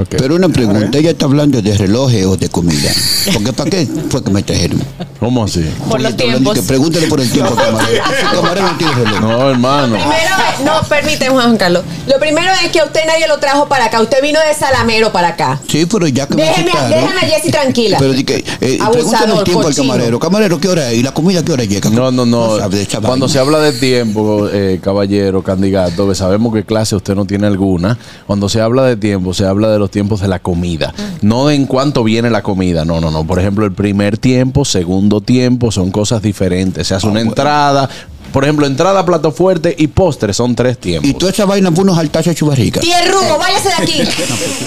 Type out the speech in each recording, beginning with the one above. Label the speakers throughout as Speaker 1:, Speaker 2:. Speaker 1: porque.
Speaker 2: Pero una pregunta, ella está hablando de relojes o de comida. Porque ¿para qué fue que me trajeron?
Speaker 1: ¿Cómo así?
Speaker 2: Porque
Speaker 3: los
Speaker 2: tú le
Speaker 3: tiempos.
Speaker 2: dije, Pregúntale por el tiempo, camarero. Camarero no tiene reloj.
Speaker 1: No, hermano.
Speaker 4: Primero, no, permíteme, Juan Carlos. Lo primero es que a usted nadie lo trajo para acá. Usted vino de Salamero para acá.
Speaker 2: Sí, pero ya que
Speaker 4: Déjeme,
Speaker 2: me asustaron.
Speaker 4: déjeme a Jessy tranquila.
Speaker 2: Pero di que, eh,
Speaker 4: Abusador,
Speaker 2: pregúntale el tiempo al
Speaker 4: cochino.
Speaker 2: camarero. Camarero, ¿qué hora es? ¿Y la comida qué hora llega?
Speaker 1: No, no, no.
Speaker 2: sabe de esa
Speaker 1: Cuando
Speaker 2: vaina.
Speaker 1: se habla de tiempo, eh, caballero, candidato, que sabemos que clase usted no tiene alguna, cuando se habla de tiempo, se habla de los tiempos de la comida. No de en cuánto viene la comida, no, no, no. Por ejemplo, el primer tiempo, segundo tiempo, son cosas diferentes. Se hace
Speaker 2: Ah,
Speaker 1: una entrada, por ejemplo, entrada, plato fuerte y postre son tres tiempos.
Speaker 2: Y toda esa vaina fue unos altazos a su barriga.
Speaker 1: Eh.
Speaker 4: Tierrugo, váyase de aquí.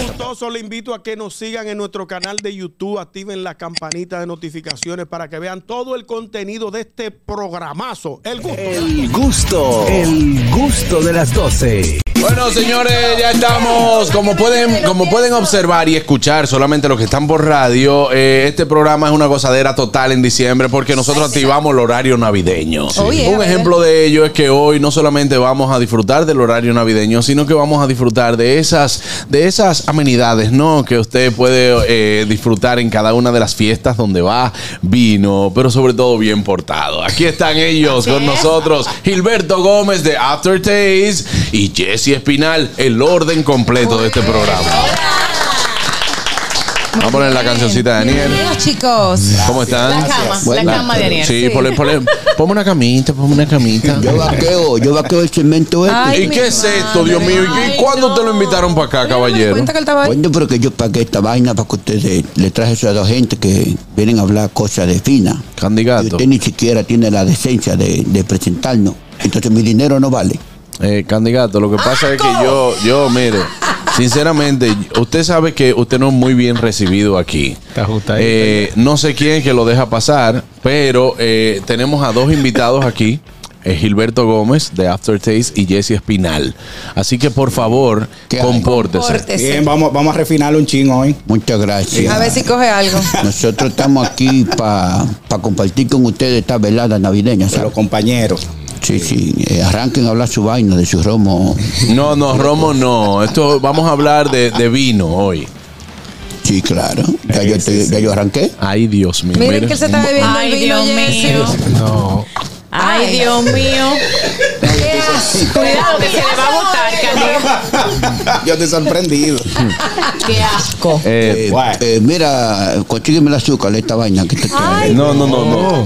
Speaker 5: gustoso, le invito a que nos sigan en nuestro canal de YouTube, activen la campanita de notificaciones para que vean todo el contenido de este programazo. El gusto. de las
Speaker 6: El gusto, el gusto de las 12.
Speaker 1: Bueno, señores, ya estamos. Como pueden, como pueden observar y escuchar solamente los que están por radio, eh, este programa es una gozadera total en diciembre porque nosotros activamos el horario navideño.
Speaker 3: Oye,
Speaker 1: Un
Speaker 3: a ver.
Speaker 1: ejemplo de ello es que hoy no solamente vamos a disfrutar del horario navideño, sino que vamos a disfrutar de esas, de esas amenidades, ¿no? Que usted puede eh, disfrutar en cada una de las fiestas donde va vino, pero sobre todo bien portado. Aquí están ellos con nosotros, Gilberto Gómez de Aftertaste y Jesse Espinal, el orden completo de este programa. Vamos a poner la cancioncita de Daniel.
Speaker 3: Bienvenidos, chicos.
Speaker 1: ¿Cómo están?
Speaker 3: La cama,
Speaker 2: Buenas.
Speaker 3: la cama de Daniel.
Speaker 1: Sí, ponle, ponle- ponme una camita, ponme una camita.
Speaker 2: Yo vaqueo, yo vaqueo el cemento este.
Speaker 3: Ay,
Speaker 1: ¿Y
Speaker 3: mi
Speaker 1: qué es
Speaker 3: madre.
Speaker 1: esto, Dios mío? ¿Y
Speaker 3: Ay,
Speaker 1: cuándo te lo
Speaker 3: no.
Speaker 1: invitaron para acá,
Speaker 3: Mira, me di
Speaker 1: caballero?
Speaker 3: cuenta que él estaba ahí.
Speaker 2: Bueno, pero que yo pagué esta vaina para que ustedes le traje eso a dos gente que vienen a hablar cosas de fina. Y
Speaker 1: Candidato.
Speaker 2: usted ni siquiera tiene la decencia de, de presentarnos. Entonces mi dinero no vale.
Speaker 1: Eh, candidato, lo que pasa es que yo, yo, mire, sinceramente, usted sabe que usted no es muy bien recibido aquí.
Speaker 6: Está justa ahí,
Speaker 1: Eh, no sé quién que lo deja pasar, pero eh, tenemos a dos invitados aquí. eh, Gilberto Gómez de Aftertaste y Jesse Espinal. Así que por favor,
Speaker 2: ¿Qué hay?
Speaker 1: compórtese.
Speaker 3: Córtese.
Speaker 7: Bien, vamos, vamos a refinarlo un chingo hoy.
Speaker 2: Muchas gracias.
Speaker 3: A ver si coge algo.
Speaker 2: Nosotros estamos aquí para compartir con ustedes esta velada navideña.
Speaker 7: Los
Speaker 2: ¿sabes?
Speaker 7: compañeros.
Speaker 2: Sí, sí. Eh, arranquen a hablar su vaina de su romo.
Speaker 1: No, no, Romo, no. Esto vamos a hablar de, de vino hoy.
Speaker 2: Sí, claro. Ya, yo, te- ya yo arranqué.
Speaker 1: Ay, Dios mío.
Speaker 3: Miren
Speaker 1: mira.
Speaker 3: que él se está bebiendo
Speaker 4: Ay,
Speaker 3: el vino,
Speaker 4: Dios
Speaker 3: Jessy.
Speaker 4: mío.
Speaker 3: Ay,
Speaker 4: Ay, Dios mío.
Speaker 3: Cuidado, que se le va a
Speaker 4: botar,
Speaker 7: Yo estoy sorprendido.
Speaker 4: Qué asco.
Speaker 1: Eh,
Speaker 2: Eh,
Speaker 7: Guay.
Speaker 2: eh, mira, consígueme el azúcar, esta vaina que te trae.
Speaker 1: no, no, no, no.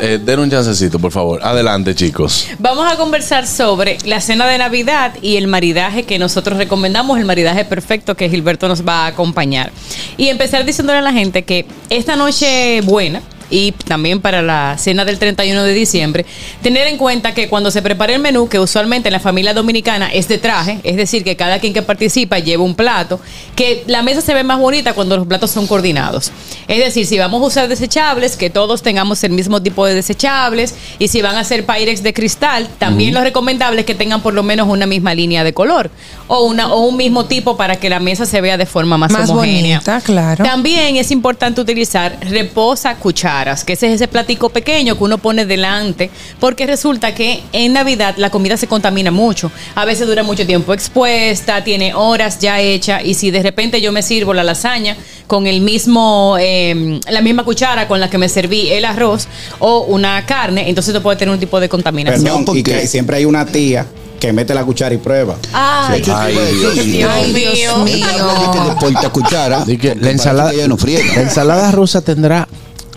Speaker 1: Eh, den un chancecito, por favor. Adelante, chicos.
Speaker 8: Vamos a conversar sobre la cena de Navidad y el maridaje que nosotros recomendamos, el maridaje perfecto que Gilberto nos va a acompañar. Y empezar diciéndole a la gente que esta noche buena y también para la cena del 31 de diciembre, tener en cuenta que cuando se prepara el menú, que usualmente en la familia dominicana es de traje, es decir, que cada quien que participa lleva un plato, que la mesa se ve más bonita cuando los platos son coordinados. Es decir, si vamos a usar desechables, que todos tengamos el mismo tipo de desechables, y si van a hacer Pyrex de cristal, también lo recomendable es que tengan por lo menos una misma línea de color o, una, o un mismo tipo para que la mesa se vea de forma más,
Speaker 3: Más
Speaker 8: homogénea.
Speaker 3: bonita, claro.
Speaker 8: También es importante utilizar reposa cucharas, que ese es ese platico pequeño que uno pone delante, porque resulta que en Navidad la comida se contamina mucho. A veces dura mucho tiempo expuesta, tiene horas ya hecha, y si de repente yo me sirvo la lasaña con el mismo, eh, la misma cuchara con la que me serví el arroz o una carne, entonces esto puede tener un tipo de contaminación.
Speaker 7: Perdón,
Speaker 2: ¿por
Speaker 7: y
Speaker 2: qué?
Speaker 7: que siempre hay una tía que mete la cuchara y prueba.
Speaker 8: Ay,
Speaker 1: Ay, Dios mío.
Speaker 3: Ay, Dios
Speaker 2: Ella habla de que
Speaker 3: mío.
Speaker 2: le porta cuchara.
Speaker 1: Di que
Speaker 2: porque
Speaker 1: la
Speaker 2: parece
Speaker 1: ensalada-
Speaker 2: que ella no friega.
Speaker 1: ensalada Ah, rusa tendrá.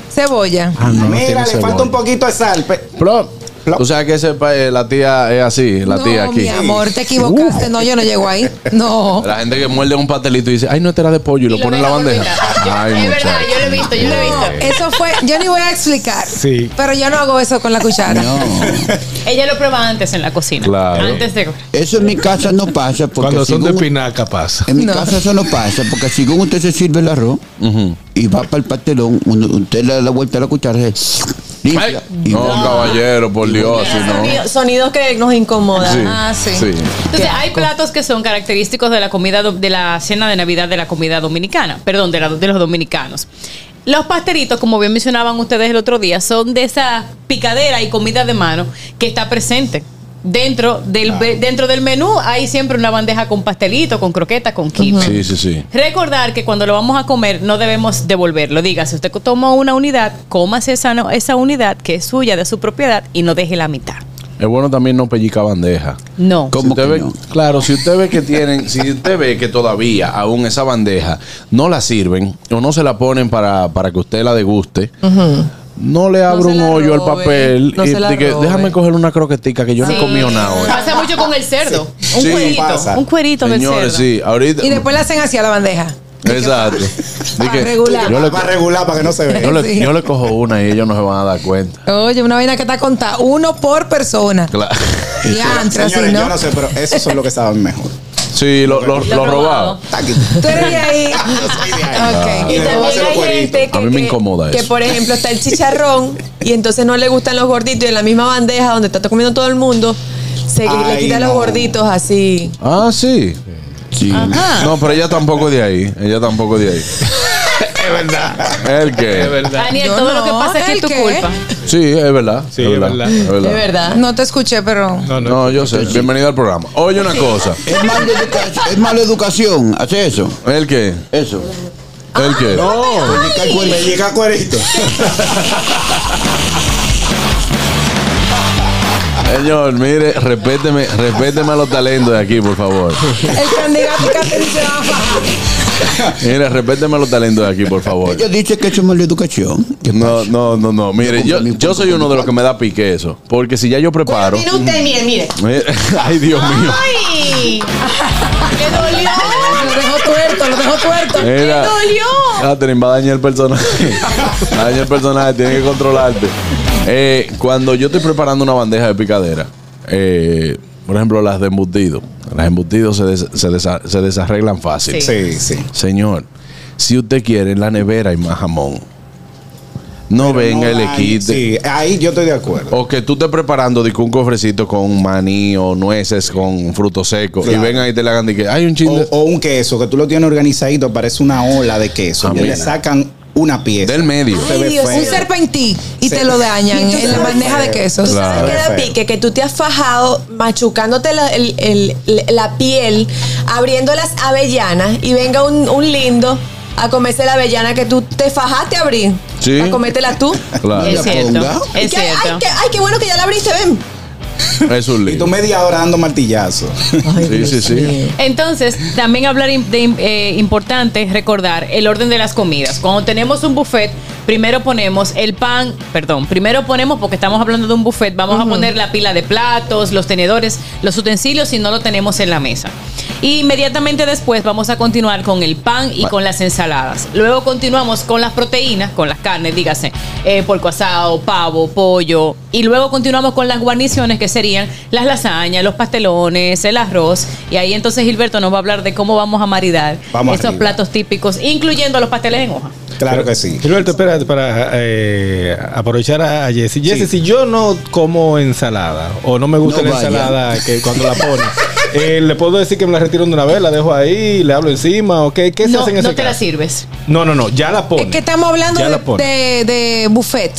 Speaker 3: Cebolla.
Speaker 7: Mira, le falta un poquito de sal. pe-
Speaker 1: Plop.
Speaker 7: Plop.
Speaker 1: Tú sabes que ese pa- eh, la tía es así, la tía
Speaker 3: no,
Speaker 1: aquí.
Speaker 3: mi amor, te equivocaste. No, yo no llego ahí. No.
Speaker 1: La gente que muerde un pastelito y dice, ay, no, este era de pollo y lo
Speaker 4: lo
Speaker 1: pone en la
Speaker 4: deja
Speaker 1: bandeja.
Speaker 4: volver.
Speaker 1: Ay,
Speaker 4: Es verdad,
Speaker 1: muchacho.
Speaker 4: yo lo he visto, yo lo he visto.
Speaker 3: Eso fue, yo ni voy a explicar.
Speaker 6: Sí.
Speaker 3: Pero yo no hago eso con la cuchara.
Speaker 2: Ah, No,
Speaker 8: ella lo prueba antes en la cocina.
Speaker 1: Claro.
Speaker 8: Antes de.
Speaker 2: eso en mi casa no pasa. Porque
Speaker 6: Cuando son de
Speaker 2: según-
Speaker 6: pinaca pasa.
Speaker 2: En mi
Speaker 3: No.
Speaker 2: casa eso no pasa, porque según usted se sirve el arroz y va para el pastelón, uno- usted le da la vuelta a la cuchara, se
Speaker 1: Ay,
Speaker 2: limpia. y
Speaker 1: no,
Speaker 2: va.
Speaker 1: caballero, por Dios, si no.
Speaker 4: Sonido- Sonidos que nos incomodan.
Speaker 1: Sí,
Speaker 3: Ah, sí.
Speaker 8: Entonces, hay platos que son característicos de la comida do- de la cena de Navidad de la comida dominicana, perdón, de, la- de los dominicanos. Los pastelitos, como bien mencionaban ustedes el otro día, son de esa picadera y comida de mano que está presente Dentro del, be- dentro del menú hay siempre una bandeja con pastelito, con croquetas, con kit.
Speaker 1: Sí, sí, sí.
Speaker 8: Recordar que cuando lo vamos a comer no debemos devolverlo. Diga, si usted toma una unidad, cómase esa, no- esa unidad que es suya, de su propiedad, y no deje la mitad.
Speaker 1: Es bueno también no pellica bandeja.
Speaker 8: No.
Speaker 2: Co-
Speaker 1: Si
Speaker 2: ¿Cómo
Speaker 1: usted
Speaker 2: que
Speaker 1: ve-
Speaker 2: no?
Speaker 1: Claro, si usted ve que tienen, si usted ve que todavía aún esa bandeja no la sirven o no se la ponen para, para que usted la deguste, no le abra
Speaker 3: se
Speaker 1: un
Speaker 3: la
Speaker 1: hoyo al
Speaker 3: robe,
Speaker 1: papel
Speaker 3: no
Speaker 1: y
Speaker 3: se la
Speaker 1: diga,
Speaker 3: robe.
Speaker 1: déjame coger una croquetica que yo no he
Speaker 8: Sí.
Speaker 1: comido nada hoy.
Speaker 8: Pasa mucho con el cerdo. Un
Speaker 1: Sí,
Speaker 8: cuerito.
Speaker 7: pasa.
Speaker 8: Un cuerito del cerdo.
Speaker 1: Señores, sí, ahorita.
Speaker 3: Y después la hacen así a la bandeja.
Speaker 1: Exacto. Di que-
Speaker 3: regular.
Speaker 1: yo, le,
Speaker 7: Ah, Para regular, para que no se vea.
Speaker 1: yo le-
Speaker 3: Sí.
Speaker 1: yo le cojo una y ellos no se van a dar cuenta.
Speaker 3: Oye, una vaina que está contada. Uno por persona.
Speaker 1: Claro.
Speaker 3: Y antra,
Speaker 7: Señores,
Speaker 3: si
Speaker 7: yo
Speaker 3: no.
Speaker 7: no sé, pero esos son los que saben mejor.
Speaker 1: Sí, lo, lo, lo robado.
Speaker 7: Taqui.
Speaker 3: Tú eres de ahí. Ok.
Speaker 7: Y
Speaker 4: Y
Speaker 7: le voy
Speaker 4: también
Speaker 7: a hacer Ah, los
Speaker 4: hay
Speaker 7: cueritos.
Speaker 4: gente que,
Speaker 1: A mí me
Speaker 4: que-
Speaker 1: incomoda
Speaker 4: que,
Speaker 1: eso.
Speaker 4: por ejemplo, está el chicharrón y entonces no le gustan los gorditos y en la misma bandeja donde está comiendo todo el mundo, se le
Speaker 7: Ay,
Speaker 4: quita
Speaker 7: no.
Speaker 4: los gorditos así.
Speaker 1: Ah, sí.
Speaker 2: Sí.
Speaker 1: No, pero ella tampoco es de ahí. Ella tampoco es de ahí.
Speaker 7: Es verdad.
Speaker 1: ¿El qué? Es verdad.
Speaker 8: Daniel,
Speaker 3: Yo
Speaker 8: todo
Speaker 3: no,
Speaker 8: lo que pasa es que
Speaker 3: ¿el
Speaker 8: es tu
Speaker 3: qué?
Speaker 8: culpa.
Speaker 1: Sí, es verdad.
Speaker 9: Sí, es verdad.
Speaker 1: Es verdad.
Speaker 4: De verdad.
Speaker 3: No te escuché, pero.
Speaker 9: No, no.
Speaker 1: No, yo sé. Bienvenido al programa. Oye una cosa.
Speaker 2: Es mala educa- es mala educación. Hace eso.
Speaker 1: ¿El qué?
Speaker 2: Eso.
Speaker 1: Oh, ¿El qué?
Speaker 7: Ah,
Speaker 1: No.
Speaker 7: Pellica el cuerito. Pellica el cuerito.
Speaker 1: Señor, mire, respéteme, respéteme a los talentos de aquí, por favor.
Speaker 3: El candidato que dice
Speaker 4: "Ah,
Speaker 3: va a bajar.
Speaker 1: Mire, respéteme a los talentos de aquí, por favor.
Speaker 2: Ella dice que eso es mala educación.
Speaker 1: No, no, no, no. Mire, yo,
Speaker 2: Yo compré mi
Speaker 1: yo soy uno de los que me da pique eso. Porque si ya yo preparo.
Speaker 4: Tiene usted, mire, mire. Ah,
Speaker 1: Mire, Ay, Dios mío.
Speaker 8: ¡Ay! ¡Le dolió!
Speaker 3: Lo dejo tuerto, lo dejo tuerto.
Speaker 1: Mira.
Speaker 8: ¡Me dolió!
Speaker 1: Catherine va a dañar el personaje. Va a dañar el personaje, tiene que controlarte. Eh, cuando yo estoy preparando una bandeja de picadera, eh, por ejemplo, las de embutido. Las embutidos se, des- se, desa- se desarreglan fácil.
Speaker 8: Sí.
Speaker 7: Sí, sí.
Speaker 1: Señor, si usted quiere, en la nevera hay más jamón. No venga y le
Speaker 7: Ay,
Speaker 1: quite.
Speaker 7: Sí, ahí yo estoy de acuerdo.
Speaker 1: O que tú estés preparando de que un cofrecito con maní o nueces con frutos secos y
Speaker 7: Claro.
Speaker 1: vengan y te le hagan de que hay un
Speaker 7: O,
Speaker 1: chingo
Speaker 7: o un queso, que tú lo tienes organizadito, parece una ola de queso.
Speaker 1: Ah,
Speaker 7: y
Speaker 1: mira.
Speaker 7: le sacan una pieza.
Speaker 1: del medio.
Speaker 7: Se ve
Speaker 4: Dios,
Speaker 7: feo.
Speaker 3: Un serpentí y
Speaker 7: Sí.
Speaker 3: te lo dañan
Speaker 4: Y tú
Speaker 3: en la
Speaker 4: sabes-
Speaker 3: bandeja de quesos.
Speaker 4: ¿Tú sabes
Speaker 1: Claro.
Speaker 4: qué da
Speaker 7: Feo.
Speaker 4: pique? Que tú te has fajado machucándote la, el- el- la piel, abriendo las avellanas y venga un, un lindo a comerse la avellana que tú te fajaste a abrir.
Speaker 1: Sí.
Speaker 4: A comértela tú.
Speaker 1: Claro,
Speaker 8: Es
Speaker 2: ponga.
Speaker 8: cierto.
Speaker 4: Y
Speaker 8: Es
Speaker 4: que, ay,
Speaker 8: cierto.
Speaker 4: que- ay, qué bueno que ya la abriste, ven.
Speaker 1: es un
Speaker 7: Y tú
Speaker 1: lío.
Speaker 7: media hora dando martillazo.
Speaker 1: Sí, sí, sí.
Speaker 8: Entonces, también hablar im- de im- eh, importante recordar el orden de las comidas. Cuando tenemos un buffet, primero ponemos el pan, perdón, primero ponemos, porque estamos hablando de un buffet, vamos a poner la pila de platos, los tenedores, los utensilios, si no lo tenemos en la mesa. Y inmediatamente después vamos a continuar con el pan y con las ensaladas. Luego continuamos con las proteínas, con las carnes, dígase, eh, porco asado, pavo, pollo. Y luego continuamos con las guarniciones que serían las lasañas, los pastelones, el arroz. Y ahí entonces Gilberto nos va a hablar de cómo vamos a maridar
Speaker 7: Vamos
Speaker 8: esos
Speaker 7: arriba.
Speaker 8: platos típicos, incluyendo los pasteles en hoja.
Speaker 7: Claro que sí.
Speaker 9: Gilberto, espérate para eh, aprovechar a, a Jesse. Jesse,
Speaker 7: Sí.
Speaker 9: si yo no como ensalada o no me gusta
Speaker 2: No
Speaker 9: la
Speaker 2: vaya.
Speaker 9: ensalada que cuando la pones, eh, le puedo decir que me la retiro de una vez, la dejo ahí, le hablo encima o qué, qué se
Speaker 8: No,
Speaker 9: hace en
Speaker 8: no
Speaker 9: ese
Speaker 8: te la
Speaker 9: caso?
Speaker 8: sirves.
Speaker 9: No, no, no, ya la pones.
Speaker 3: Es que estamos hablando
Speaker 9: Ya
Speaker 3: de,
Speaker 9: la pones.
Speaker 3: de- de buffet.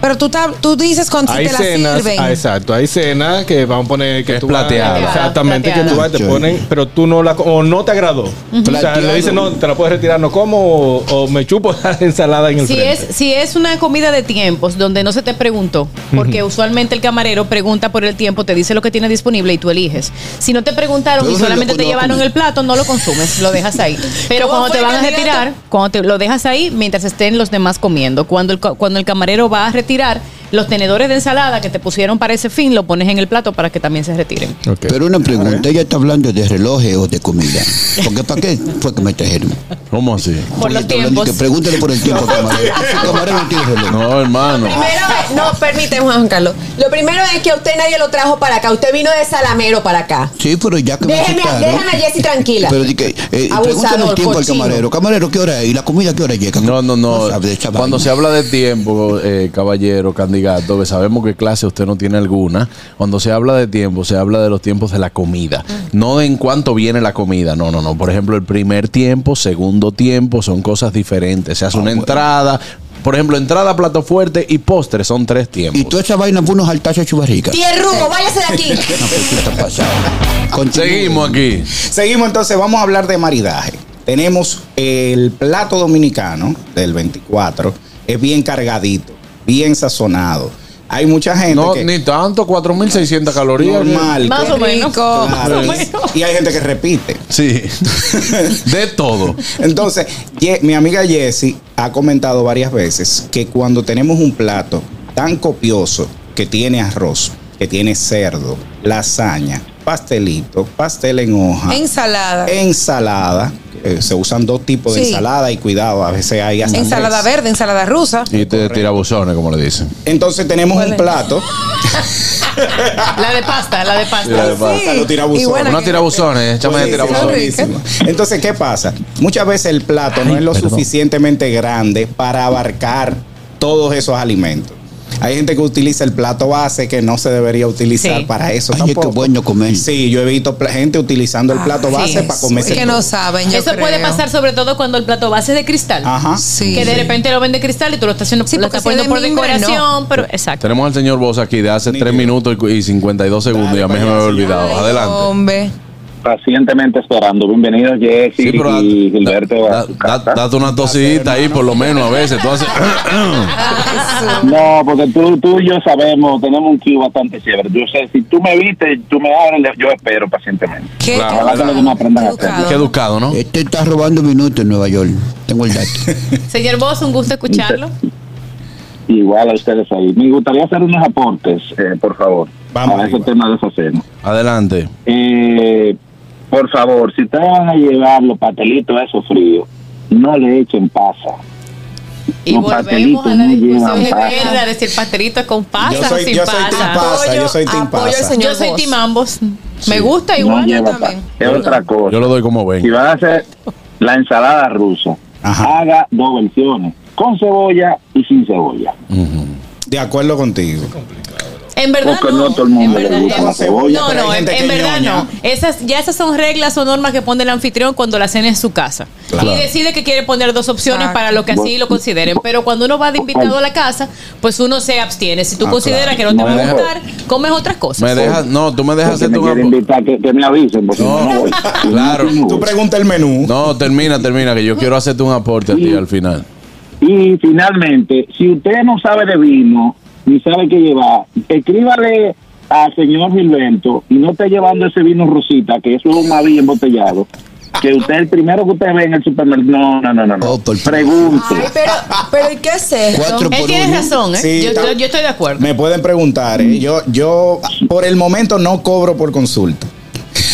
Speaker 3: Pero tú, ta- tú dices con si
Speaker 9: Hay
Speaker 3: te la
Speaker 9: cenas,
Speaker 3: sirven.
Speaker 9: ah, exacto, hay cenas que vamos a poner que
Speaker 1: Es
Speaker 9: tú vas-
Speaker 1: plateada.
Speaker 9: exactamente, que tú vas, te
Speaker 2: Plateada.
Speaker 9: ponen, pero tú no la co- o no te agradó. O sea,
Speaker 2: Plateado.
Speaker 9: le dicen, no, te la puedes retirar, no como o, o me chupo la ensalada en el
Speaker 8: Si
Speaker 9: frente.
Speaker 8: es, si es una comida de tiempos donde no se te preguntó, porque usualmente el camarero pregunta por el tiempo, te dice lo que tiene disponible y tú eliges. Si no te preguntaron y
Speaker 2: Pero
Speaker 8: solamente
Speaker 2: no
Speaker 8: te
Speaker 2: lo
Speaker 8: llevaron
Speaker 2: comes.
Speaker 8: el plato, no lo consumes, lo dejas ahí. Pero
Speaker 4: ¿Cómo
Speaker 8: cuando
Speaker 4: fue,
Speaker 8: te van a
Speaker 4: candidato?
Speaker 8: retirar, cuando te, lo dejas ahí mientras estén los demás comiendo. Cuando el, ca- cuando el camarero va a retirar, los tenedores de ensalada que te pusieron para ese fin, lo pones en el plato para que también se retiren.
Speaker 9: Ok.
Speaker 2: Pero una pregunta, ella está hablando de relojes o de comida. Porque para qué fue que me trajeron.
Speaker 1: ¿Cómo así?
Speaker 8: Por
Speaker 2: Porque
Speaker 8: los
Speaker 2: está hablando
Speaker 8: tiempos.
Speaker 2: Que pregúntale por el tiempo, camarero. Ese camarero no tiene reloj.
Speaker 1: No, hermano.
Speaker 4: Primero, es- no, permíteme, Juan Carlos. Lo primero es que a usted nadie lo trajo para acá. Usted vino de Salamero para acá.
Speaker 2: Sí, pero ya que
Speaker 4: Déjeme-
Speaker 2: me asustaron.
Speaker 4: déjame a Jessy tranquila.
Speaker 2: Pero di que, eh,
Speaker 4: Abusador,
Speaker 2: pregúntale el tiempo al
Speaker 4: cochino.
Speaker 2: camarero. Camarero, ¿qué hora es? ¿Y la comida qué hora llega?
Speaker 1: No, no, no.
Speaker 2: sabe de esa
Speaker 1: Cuando
Speaker 2: vaina.
Speaker 1: se habla de tiempo, eh, caballero, candidato, que sabemos que clase usted no tiene alguna, cuando se habla de tiempo, se habla de los tiempos de la comida, no de en cuánto viene la comida, no, no,
Speaker 7: Ah,
Speaker 1: no. Por ejemplo, el primer tiempo, segundo tiempo, son cosas diferentes. Se hace una entrada, Por ejemplo, entrada, plato fuerte y postre son tres tiempos.
Speaker 2: Y toda esa vaina fue unos altazos chubarricas.
Speaker 4: Tierrugo, váyase de aquí.
Speaker 2: No, pues, ¿qué está pasando? Continúe.
Speaker 1: Seguimos aquí.
Speaker 7: Seguimos entonces, vamos a hablar de maridaje. Tenemos el plato dominicano del 24, es bien cargadito, bien sazonado. Hay mucha gente
Speaker 1: No,
Speaker 7: que
Speaker 1: ni tanto, 4.600 calorías.
Speaker 7: normal.
Speaker 8: Más o
Speaker 7: claro,
Speaker 8: menos.
Speaker 3: rico.
Speaker 8: Más o menos.
Speaker 7: y hay gente que repite.
Speaker 1: Sí. De todo.
Speaker 7: Entonces, Ye- mi amiga Jessie ha comentado varias veces que cuando tenemos un plato tan copioso que tiene arroz, que tiene cerdo, lasaña, pastelito, pastel en hoja,
Speaker 3: Ensalada.
Speaker 7: ensalada, eh, se usan dos tipos de
Speaker 3: Sí.
Speaker 7: ensalada y cuidado, a veces hay hasta
Speaker 3: Ensalada
Speaker 7: tres.
Speaker 3: verde, ensalada rusa.
Speaker 1: Y te tira buzones, como le dicen.
Speaker 7: Entonces tenemos un
Speaker 3: Huele.
Speaker 7: plato,
Speaker 8: La de pasta, la de pasta.
Speaker 1: Mira, va.
Speaker 7: hasta lo tira
Speaker 3: Ah,
Speaker 7: buzones.
Speaker 3: y buena
Speaker 1: Una
Speaker 3: que-
Speaker 1: tira buzones, échame de tira
Speaker 7: Buenísimo,
Speaker 1: buzones.
Speaker 7: buenísimo. Entonces, ¿qué pasa? Muchas veces el plato no
Speaker 2: Ay,
Speaker 7: es lo
Speaker 2: perdón.
Speaker 7: suficientemente grande para abarcar todos esos alimentos. Hay gente que utiliza el plato base que no se debería utilizar
Speaker 8: Sí.
Speaker 7: para eso
Speaker 2: Ay, es que
Speaker 7: tampoco.
Speaker 2: bueno comer.
Speaker 7: Sí, yo he visto pla- gente utilizando el plato
Speaker 8: Ah,
Speaker 7: base para
Speaker 3: Ah, Es
Speaker 7: comerse
Speaker 3: que
Speaker 7: todo.
Speaker 3: no saben. yo
Speaker 8: Eso puede
Speaker 3: creo.
Speaker 8: pasar sobre todo cuando el plato base es de cristal.
Speaker 7: Ajá.
Speaker 3: Sí.
Speaker 8: Que de repente lo vende cristal y tú lo estás haciendo
Speaker 3: Sí,
Speaker 8: lo
Speaker 3: porque
Speaker 8: estás
Speaker 3: si es
Speaker 8: poniendo
Speaker 3: de
Speaker 8: por
Speaker 3: mimbre, no.
Speaker 8: decoración, pero exacto.
Speaker 1: Tenemos al señor Bosa aquí de hace
Speaker 7: Nítido.
Speaker 1: 3 minutos y y 52 segundos
Speaker 7: Dale,
Speaker 1: y a
Speaker 3: pues,
Speaker 1: mí se me
Speaker 7: payaso,
Speaker 1: había
Speaker 7: ya.
Speaker 1: olvidado.
Speaker 3: Ay,
Speaker 1: Adelante.
Speaker 3: Hombre.
Speaker 10: pacientemente esperando. Bienvenido Jesse
Speaker 1: Sí, pero da-
Speaker 10: y
Speaker 1: da-
Speaker 10: Gilberto. a
Speaker 1: da-
Speaker 10: su
Speaker 1: da-
Speaker 10: casa.
Speaker 1: date una tosita ahí, por lo menos a veces. Tú haces.
Speaker 10: No, porque tú, tú y yo sabemos, tenemos un Q bastante chévere. Yo sé, si tú me viste, tú me hablas, yo espero pacientemente.
Speaker 3: Qué
Speaker 1: Claro,
Speaker 3: educado,
Speaker 10: ojalá que los demás aprendan a
Speaker 3: educado.
Speaker 10: hacerlo.
Speaker 1: Qué educado, ¿no?
Speaker 2: Este está robando minutos en Nueva York. Tengo el dato.
Speaker 8: Señor Vos, un gusto escucharlo.
Speaker 10: Igual a ustedes ahí. Me gustaría hacer unos aportes, eh, por favor,
Speaker 7: Vamos
Speaker 10: para ese
Speaker 7: arriba.
Speaker 10: tema de esa cena.
Speaker 1: Adelante.
Speaker 10: Eh, por favor, si ustedes van a llevar los pastelitos a esos fríos, no le echen pasa.
Speaker 8: Y
Speaker 10: Los
Speaker 8: volvemos
Speaker 10: pastelitos
Speaker 8: a la
Speaker 10: no
Speaker 8: discusión
Speaker 10: llevan
Speaker 8: de
Speaker 10: pasa.
Speaker 8: verdad, de si el pastelito es con pasas
Speaker 7: Yo
Speaker 8: o
Speaker 7: soy,
Speaker 8: sin
Speaker 7: yo soy
Speaker 8: pasas.
Speaker 7: Team Pasa, yo soy Team
Speaker 3: Apoyo al
Speaker 7: Pasa.
Speaker 3: señor
Speaker 8: Yo soy
Speaker 3: Bosch.
Speaker 8: Team ambos. Me gusta
Speaker 10: No
Speaker 8: igual.
Speaker 10: lleva
Speaker 3: también.
Speaker 10: pasa. Es otra cosa.
Speaker 1: Yo lo doy como
Speaker 10: Si
Speaker 1: ven.
Speaker 10: van a hacer la ensalada rusa,
Speaker 7: Ajá.
Speaker 10: haga dos versiones, con cebolla y sin cebolla.
Speaker 7: De acuerdo contigo.
Speaker 8: En verdad
Speaker 10: Porque
Speaker 8: no.
Speaker 10: no a todo el mundo
Speaker 8: en
Speaker 10: le
Speaker 8: verdad,
Speaker 10: gusta
Speaker 8: en-
Speaker 10: la cebolla,
Speaker 8: No,
Speaker 7: pero hay
Speaker 8: no, en,
Speaker 7: gente
Speaker 8: en
Speaker 7: que
Speaker 8: verdad
Speaker 7: ñoña.
Speaker 8: no. Esas, ya esas son reglas o normas que pone el anfitrión cuando la cena es su casa.
Speaker 1: Claro.
Speaker 8: Y decide que quiere poner dos opciones
Speaker 3: Exacto.
Speaker 8: para lo que así lo consideren. Pero cuando uno va de invitado a la casa, pues uno se abstiene. Si tú
Speaker 7: Ah,
Speaker 8: consideras que no te
Speaker 10: No
Speaker 8: va a
Speaker 10: dejo.
Speaker 8: gustar, comes otras
Speaker 1: Me
Speaker 8: cosas.
Speaker 1: dejas. No, tú me
Speaker 10: Si
Speaker 1: dejas hacer
Speaker 10: me
Speaker 1: tu
Speaker 10: quiere invitar, que, que me avisen, porque
Speaker 1: No,
Speaker 10: no, no voy.
Speaker 1: claro.
Speaker 10: No
Speaker 7: Tú
Speaker 10: voy.
Speaker 7: pregunta el menú.
Speaker 1: No, termina, termina, que yo quiero hacerte un aporte a ti al final.
Speaker 10: Y finalmente, si usted no sabe de vino, ni sabe qué llevar, escríbale al señor Gilberto y no esté llevando ese vino rosita, que eso es un maví embotellado. Que usted, el primero que usted ve en el supermercado. No, no, no, no. no.
Speaker 2: Oh, por-
Speaker 10: Pregunte.
Speaker 4: Ay, pero, pero ¿y qué es esto?
Speaker 2: Cuatro
Speaker 8: Él
Speaker 2: por
Speaker 8: tiene
Speaker 2: uno.
Speaker 8: razón, ¿eh?
Speaker 7: Sí,
Speaker 8: yo, yo-
Speaker 7: está-
Speaker 8: yo estoy de acuerdo.
Speaker 7: Me pueden preguntar, ¿eh? yo, yo por el momento no cobro por consulta.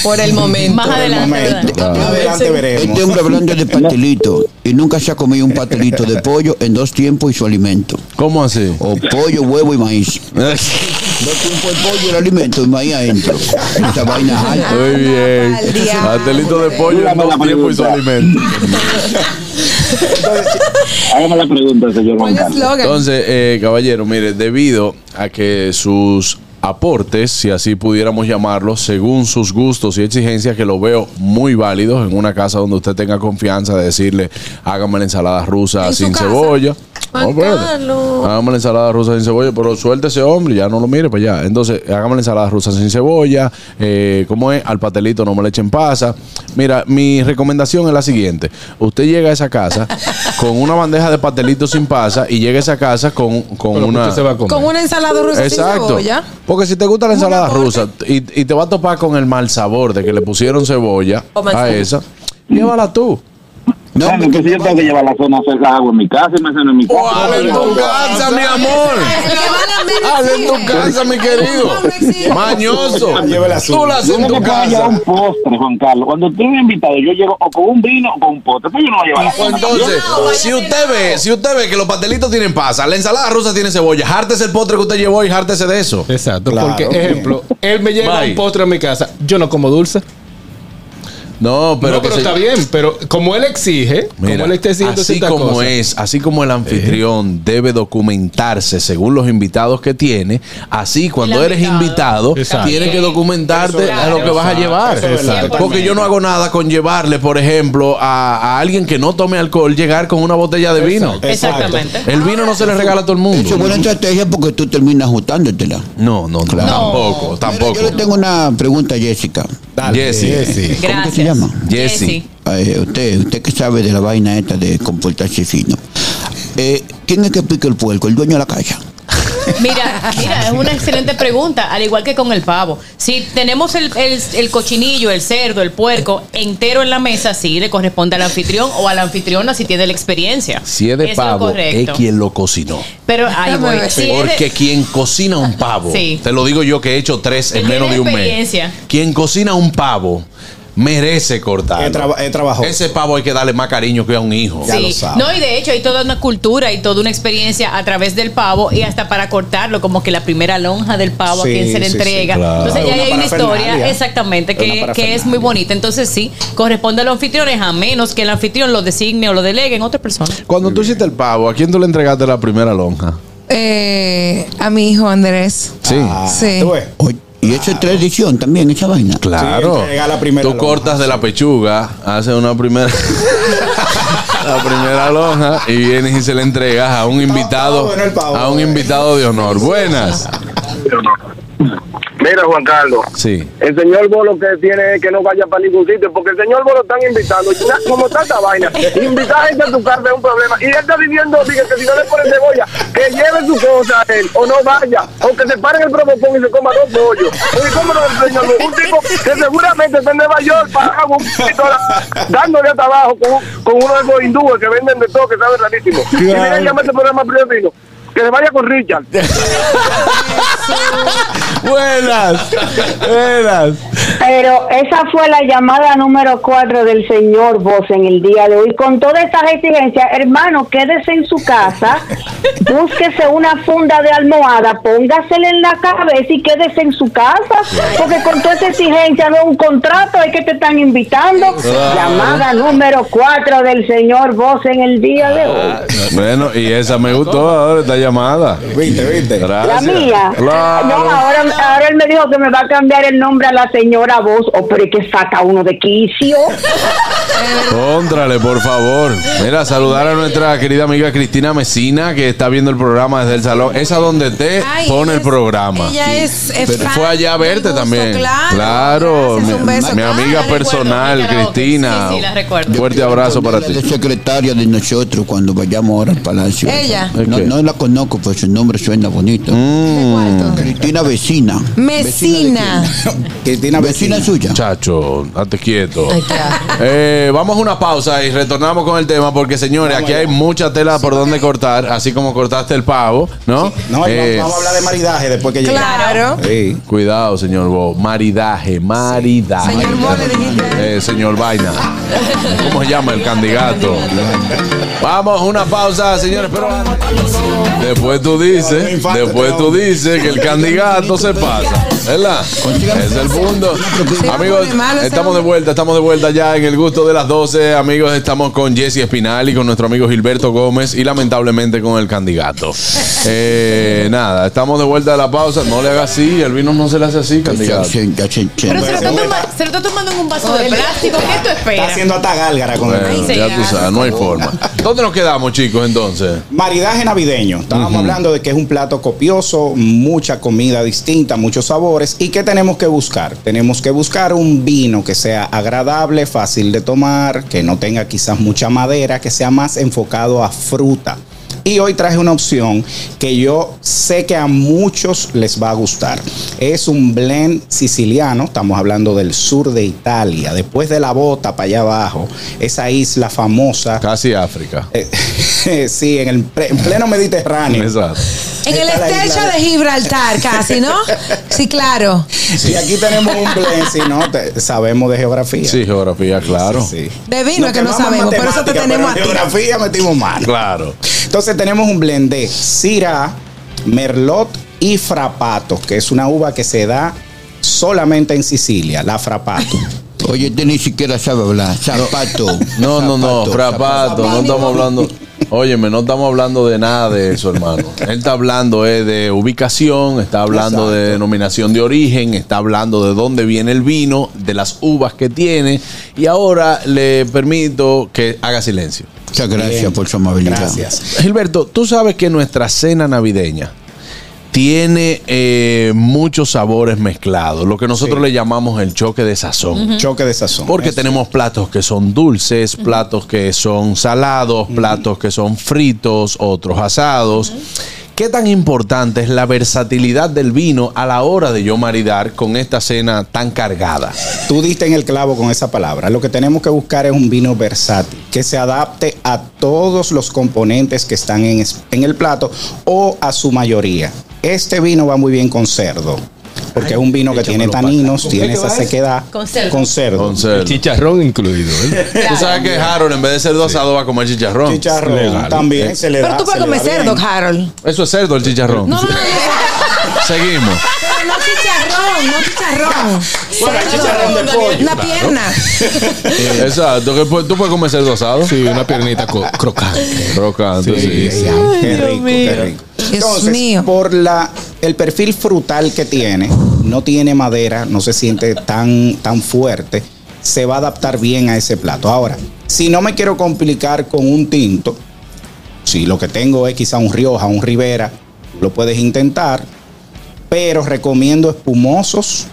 Speaker 4: Por el momento.
Speaker 8: Más
Speaker 7: Por el
Speaker 8: adelante.
Speaker 7: momento.
Speaker 8: adelante.
Speaker 7: Adelante veremos. Eh,
Speaker 2: Este hombre hablando de pastelito y nunca se ha comido un pastelito de pollo en dos tiempos y su alimento.
Speaker 1: ¿Cómo así?
Speaker 2: O pollo, huevo y maíz. Dos tiempos de pollo, el alimento y maíz adentro. Esta vaina es alta.
Speaker 1: Muy bien.
Speaker 3: pa'l diablo.
Speaker 1: Pastelito de pollo en
Speaker 10: Dígame la
Speaker 1: dos tiempos y su
Speaker 10: pregunta.
Speaker 1: alimento.
Speaker 10: Hágame la pregunta, señor Juan
Speaker 3: Buen
Speaker 10: Carlos.
Speaker 3: eslogan.
Speaker 1: Entonces, eh, caballero, mire, debido a que sus aportes, si así pudiéramos llamarlos, según sus gustos y exigencias, que los veo muy válidos en una casa donde usted tenga confianza de decirle, hágame la ensalada rusa
Speaker 3: En su
Speaker 1: sin
Speaker 3: casa.
Speaker 1: cebolla.
Speaker 3: Juan
Speaker 1: espérate.
Speaker 3: Carlos.
Speaker 1: Hágame la ensalada rusa sin cebolla, pero suelte ese hombre, ya no lo mire para allá. Entonces, hágame la ensalada rusa sin cebolla, eh, ¿cómo es? Al patelito no me le echen pasa. Mira, mi recomendación es la siguiente. Usted llega a esa casa con una bandeja de pastelito sin pasa y llega a esa casa con, con
Speaker 9: Pero pues,
Speaker 1: una...
Speaker 9: usted se va a comer.
Speaker 3: Con una ensalada rusa sin
Speaker 1: Exacto.
Speaker 3: cebolla.
Speaker 1: Porque si te gusta la
Speaker 3: Un
Speaker 1: ensalada
Speaker 3: aporte.
Speaker 1: rusa y, y te va a topar con el mal sabor de que le pusieron cebolla
Speaker 4: O manzana.
Speaker 1: a esa, llévala tú.
Speaker 2: No,
Speaker 10: Bueno,
Speaker 2: hombre,
Speaker 10: que si yo tengo que llevar la cena cerca agua en mi casa y me ceno en mi casa.
Speaker 1: ¡Haz en tu casa, mi amor!
Speaker 3: El que van a menos
Speaker 1: ¡Haz en tu
Speaker 3: exige.
Speaker 1: casa, mi
Speaker 3: No, no exige.
Speaker 1: querido! ¡Mañoso!
Speaker 7: Lleva el azul.
Speaker 1: ¡Tú la haces
Speaker 10: Yo
Speaker 1: en
Speaker 10: no
Speaker 1: tu
Speaker 10: te puedo llevar
Speaker 1: casa!
Speaker 10: un postre, Juan Carlos. Cuando tú eres invitado, yo llego o con un vino o con un postre. Pues yo no voy a llevar la cena.
Speaker 1: Entonces,
Speaker 4: No, vaya
Speaker 1: si
Speaker 4: de
Speaker 1: usted ve, si usted ve que los pastelitos tienen pasa, la ensalada rusa tiene cebolla, jártese el postre que usted llevó y jártese de eso.
Speaker 9: Exacto,
Speaker 7: Claro.
Speaker 9: porque ejemplo, él me lleva
Speaker 1: Bye.
Speaker 9: un postre a mi casa, yo no como dulce.
Speaker 1: No, pero,
Speaker 9: no,
Speaker 1: que
Speaker 9: pero
Speaker 1: se-
Speaker 9: está bien, pero como él exige,
Speaker 1: Mira,
Speaker 9: como él está exigiendo
Speaker 1: así
Speaker 9: ciertas
Speaker 1: como
Speaker 9: cosas,
Speaker 1: es, así como el anfitrión debe documentarse según los invitados que tiene, así cuando
Speaker 8: El
Speaker 1: eres invitado,
Speaker 8: invitado.
Speaker 1: tienes
Speaker 9: Exacto.
Speaker 1: que documentarte
Speaker 7: Eso es,
Speaker 1: a lo que vas a
Speaker 7: exacto,
Speaker 1: llevar.
Speaker 7: eso es verdad,
Speaker 1: Exacto. Porque yo no hago nada con llevarle, por ejemplo, a, a alguien que no tome alcohol, llegar con una botella de vino.
Speaker 8: Exactamente.
Speaker 1: El vino no se le regala a todo el
Speaker 2: Eso
Speaker 1: mundo.
Speaker 2: es buena estrategia porque tú terminas ajutándotela.
Speaker 1: No, no,
Speaker 2: Claro.
Speaker 1: tampoco,
Speaker 2: Mira,
Speaker 1: tampoco.
Speaker 2: Yo le tengo una pregunta a Jessica.
Speaker 1: Jesse.
Speaker 2: que
Speaker 8: Gracias.
Speaker 2: se llama?
Speaker 1: Jessy.
Speaker 2: Ay, Eh, usted, usted que sabe de la vaina esta de comportarse fino. Eh, ¿Quién es que pica el puerco? ¿El dueño de la casa?
Speaker 8: Mira, mira, es una excelente pregunta, al igual que con el pavo. Si tenemos el, el- el cochinillo, el cerdo, el puerco entero en la mesa, sí, le corresponde al anfitrión o a la anfitriona si tiene la experiencia.
Speaker 1: Si es de
Speaker 8: lo
Speaker 1: pavo, es
Speaker 8: correcto.
Speaker 1: quien lo cocinó.
Speaker 8: Pero ahí voy. Si es de-
Speaker 1: Porque quien cocina un pavo,
Speaker 8: Sí.
Speaker 1: te lo digo yo que he hecho tres en
Speaker 8: Él tiene
Speaker 1: menos de un mes.
Speaker 8: experiencia.
Speaker 1: Quien cocina un pavo merece
Speaker 7: Es,
Speaker 1: cortar.
Speaker 7: traba- eh, es trabajoso.
Speaker 1: Ese pavo hay que darle más cariño que a un hijo.
Speaker 7: Ya lo
Speaker 8: Sí.
Speaker 7: sabe.
Speaker 8: No, y de hecho hay toda una cultura y toda una experiencia a través del pavo y hasta para cortarlo, como que la primera lonja del pavo
Speaker 7: Sí,
Speaker 8: a quien se le
Speaker 7: sí, sí,
Speaker 8: entrega.
Speaker 7: claro.
Speaker 8: Entonces ya
Speaker 7: Una
Speaker 8: hay una historia,
Speaker 7: parafernalia.
Speaker 8: exactamente,
Speaker 7: Una
Speaker 8: que, que es muy
Speaker 7: parafernalia.
Speaker 8: bonita. Entonces sí, corresponde a los anfitriones, a menos que el anfitrión lo designe o lo delegue en otra persona.
Speaker 1: Cuando tú hiciste el pavo, ¿a quién tú le entregaste la primera lonja?
Speaker 3: Eh, a mi hijo Andrés.
Speaker 1: Sí.
Speaker 7: Ah,
Speaker 3: Sí.
Speaker 7: ¿tú ves?
Speaker 2: O- y eso es tradición también, esa vaina.
Speaker 1: Claro.
Speaker 7: Sí, entrega la primera
Speaker 1: tú
Speaker 7: lonja,
Speaker 1: cortas de la pechuga, haces una primera. la primera lonja y vienes y se la entregas a un invitado.
Speaker 7: bueno el pavo,
Speaker 1: a un
Speaker 7: eh.
Speaker 1: invitado de honor. Buenas.
Speaker 10: Mira, Juan Carlos.
Speaker 1: Sí.
Speaker 10: El señor Bolo que tiene es que no vaya para ningún sitio, porque el señor Bolo están invitando. Ya, Como está esta vaina, invitar a gente a tu casa es un problema. Y él está viviendo, diga que si no le ponen cebolla, que lleve su cosa a él, o no vaya, o que se pare en el provocón y se coma dos pollos. Oye, ¿cómo no, señor Bolo? Un tipo que seguramente está en Nueva York, pagando un poquito, la- dándole hasta abajo con, con uno de esos hindúes que venden de todo, que saben rarísimo. Y viene y llama a este programa Primo Vino, que se vaya con Richard.
Speaker 1: Buenas. Buenas.
Speaker 11: Pero esa fue la llamada número cuatro del señor Vos en el día de hoy. Con todas estas exigencias, hermano, quédese en su casa, ¿Ah? búsquese una funda de almohada, póngasela en la cabeza y quédese en su casa, porque con toda esa exigencia no es un contrato, es que te están invitando. Llamada número cuatro del señor Vos en el día de hoy.
Speaker 1: Bueno, y esa me gustó ahora esta llamada.
Speaker 7: Viste, viste.
Speaker 1: Gracias.
Speaker 11: La mía.
Speaker 1: Claro.
Speaker 11: No, ahora, ahora él me dijo que me va a cambiar el nombre a la señora Voz. o pero es que saca uno de quicio.
Speaker 1: Contrale, por favor. Mira, saludar a nuestra querida amiga Cristina Mesina, que está viendo el programa desde el salón. Esa donde te
Speaker 3: Ay,
Speaker 1: pone
Speaker 3: ella
Speaker 1: el
Speaker 3: es-
Speaker 1: programa.
Speaker 3: Ella es, eh, fan
Speaker 1: Fue allá a
Speaker 3: del
Speaker 1: verte
Speaker 3: gusto,
Speaker 1: también.
Speaker 3: Claro.
Speaker 1: Claro,
Speaker 3: Gracias,
Speaker 1: mi,
Speaker 3: un beso.
Speaker 1: mi
Speaker 3: Ah,
Speaker 1: amiga
Speaker 8: la recuerdo,
Speaker 1: personal,
Speaker 8: en karaoke.
Speaker 1: Cristina.
Speaker 8: Sí, sí, la recuerdo.
Speaker 1: Fuerte abrazo para
Speaker 2: Ponerla
Speaker 1: ti.
Speaker 2: de secretaria de nosotros cuando vayamos ahora al palacio.
Speaker 3: Ella.
Speaker 2: No,
Speaker 1: Ok.
Speaker 2: no la conozco, pero su nombre suena bonito.
Speaker 1: Mm.
Speaker 2: Cristina vecina.
Speaker 3: Mesina.
Speaker 7: Cristina
Speaker 2: Vecina,
Speaker 7: Vecina.
Speaker 2: suya.
Speaker 1: Chacho, date quieto. Eh, vamos a una pausa y retornamos con el tema porque, señores, aquí hay mucha tela por donde cortar, así como cortaste el pavo, ¿no?
Speaker 7: No, y
Speaker 1: Eh,
Speaker 7: vamos a hablar de maridaje después que llegue.
Speaker 3: Claro.
Speaker 7: Sí.
Speaker 1: Cuidado, señor Bo. Maridaje, maridaje.
Speaker 3: Señor Bo, le dijiste.
Speaker 1: Eh, señor Vaina. ¿Cómo se llama el candidato? Vamos, una pausa, señores, pero después tú dices, después tú dices que el candidato se pasa. ¿Verdad? Es el mundo. Amigos, estamos de vuelta, estamos de vuelta ya en el gusto de las 12. Amigos, estamos con Jesse Espinal y con nuestro amigo Gilberto Gómez y lamentablemente con el candidato. Eh, nada, estamos de vuelta de la pausa. No le haga así, el vino no se le hace así,
Speaker 2: Ya
Speaker 1: candidato.
Speaker 2: se- ya se- se-
Speaker 8: Pero se lo, está toma- se lo está tomando en un vaso de plástico. ¿Qué tú
Speaker 7: Está
Speaker 8: esperas?
Speaker 7: haciendo hasta gálgara con el
Speaker 1: Bueno, ya tú sabes, no hay forma. ¿Dónde nos quedamos, chicos, entonces?
Speaker 7: Maridaje navideño. Estábamos hablando de que es un plato copioso, mucha comida distinta, muchos sabores. ¿Y qué tenemos que buscar? Tenemos que buscar un vino que sea agradable, fácil de tomar, que no tenga quizás mucha madera, que sea más enfocado a fruta. Y hoy traje una opción que yo sé que a muchos les va a gustar. Es un blend siciliano, estamos hablando del sur de Italia, después de la bota para allá abajo, esa isla famosa.
Speaker 1: Casi África.
Speaker 7: Eh, sí, en el pre- en pleno Mediterráneo.
Speaker 1: Exacto.
Speaker 3: En el
Speaker 7: Está la
Speaker 3: estrecho
Speaker 7: isla
Speaker 3: de
Speaker 7: de-
Speaker 3: Gibraltar, casi, ¿no? Sí, claro.
Speaker 7: Y aquí tenemos un blend, si no, te- sabemos de geografía.
Speaker 1: Sí, geografía, claro.
Speaker 7: Sí, sí.
Speaker 3: De vino
Speaker 7: Nos
Speaker 3: que no
Speaker 7: quemamos
Speaker 3: sabemos, por eso te
Speaker 7: matemática,
Speaker 3: tenemos a
Speaker 7: pero
Speaker 3: ti.
Speaker 7: en geografía metimos mal.
Speaker 1: Claro.
Speaker 7: Entonces tenemos un blend de Syrah, Merlot y Frapato, que es una uva que se da solamente en Sicilia, la Frapato.
Speaker 2: Oye, este ni siquiera sabe hablar. Zapato.
Speaker 1: No, no, no,
Speaker 2: Zapato,
Speaker 1: frapato, no
Speaker 2: zapato.
Speaker 1: estamos hablando. Óyeme, no estamos hablando de nada de eso, hermano. Él está hablando eh, de ubicación, está hablando de denominación de origen, está hablando de dónde viene el vino, de las uvas que tiene. Y ahora le permito que haga silencio.
Speaker 2: Muchas gracias por su amabilidad.
Speaker 1: Gilberto, tú sabes que nuestra cena navideña tiene eh, muchos sabores mezclados, lo que nosotros le llamamos el choque de sazón.
Speaker 7: Ujú. Choque de sazón.
Speaker 1: Porque tenemos platos que son dulces, platos que son salados, platos que son fritos, otros asados. ¿Qué tan importante es la versatilidad del vino a la hora de yo maridar con esta cena tan cargada?
Speaker 7: Tú diste en el clavo con esa palabra. Lo que tenemos que buscar es un vino versátil, que se adapte a todos los componentes que están en, es- en el plato o a su mayoría. Este vino va muy bien con cerdo, porque es un vino que tiene taninos,
Speaker 9: ¿Con
Speaker 7: tiene
Speaker 9: qué te
Speaker 7: esa
Speaker 9: va eso?
Speaker 7: sequedad.
Speaker 8: Con cerdo.
Speaker 7: Con cerdo.
Speaker 1: Entonces,
Speaker 9: Chicharrón incluido. ¿eh?
Speaker 1: tú sabes que Harold en vez de cerdo asado va a comer chicharrón. Eh,
Speaker 7: Chicharrón, también se le
Speaker 3: Pero
Speaker 7: da,
Speaker 3: tú puedes
Speaker 7: se le
Speaker 3: comer
Speaker 7: da bien.
Speaker 3: cerdo, Harold.
Speaker 1: Eso es cerdo el chicharrón.
Speaker 3: No, no, no.
Speaker 1: Seguimos.
Speaker 3: Pero no chicharrón, no chicharrón.
Speaker 7: Bueno,
Speaker 3: Cerdo.
Speaker 7: chicharrón de pollo,
Speaker 3: Una
Speaker 7: claro.
Speaker 3: pierna.
Speaker 1: Exacto. que pu- ¿Tú puedes comer cerdo asado? Sí, una piernita crocante. Crocante, sí.
Speaker 7: Sí, qué rico, qué rico. Entonces, por la el perfil frutal que tiene, no tiene madera, no se siente tan tan fuerte, se va a adaptar bien a ese plato. Ahora, si no me quiero complicar con un tinto, si lo que tengo es quizá un Rioja, un Ribera, lo puedes intentar, pero recomiendo espumosos,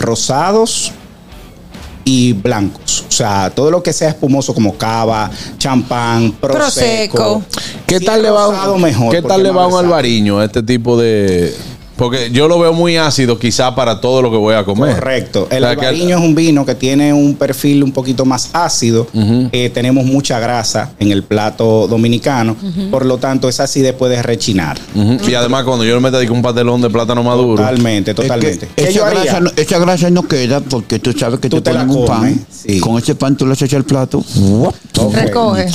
Speaker 7: rosados y blancos. O sea, todo lo que sea espumoso como cava, champán, prosecco.
Speaker 3: Prosecco.
Speaker 1: ¿Qué
Speaker 7: Si
Speaker 1: tal
Speaker 7: es
Speaker 1: le va
Speaker 7: rosado,
Speaker 1: un,
Speaker 7: mejor,
Speaker 1: ¿qué
Speaker 7: porque
Speaker 1: tal le
Speaker 7: es
Speaker 1: va
Speaker 7: más
Speaker 1: un
Speaker 7: versátil.
Speaker 1: albariño a este tipo de.? Porque yo lo veo muy ácido, quizá para todo lo que voy a comer.
Speaker 7: Correcto. El
Speaker 1: O sea, que-
Speaker 7: albariño es un vino que tiene un perfil un poquito más ácido. Eh, tenemos mucha grasa en el plato dominicano. Por lo tanto, esa acidez puede rechinar.
Speaker 1: Ujú. Y además, cuando yo le meta digo, un pastelón de plátano maduro.
Speaker 7: Totalmente,
Speaker 2: Es que
Speaker 7: totalmente. ¿Qué yo
Speaker 2: Esa
Speaker 7: haría?
Speaker 2: grasa, no, esa grasa no queda porque tú sabes que
Speaker 7: Tú
Speaker 2: te
Speaker 7: te la
Speaker 2: ponen un pan.
Speaker 7: comes, sí.
Speaker 2: Con ese pan tú le echas al plato. ¡guap!
Speaker 7: Ok.
Speaker 3: Recoge.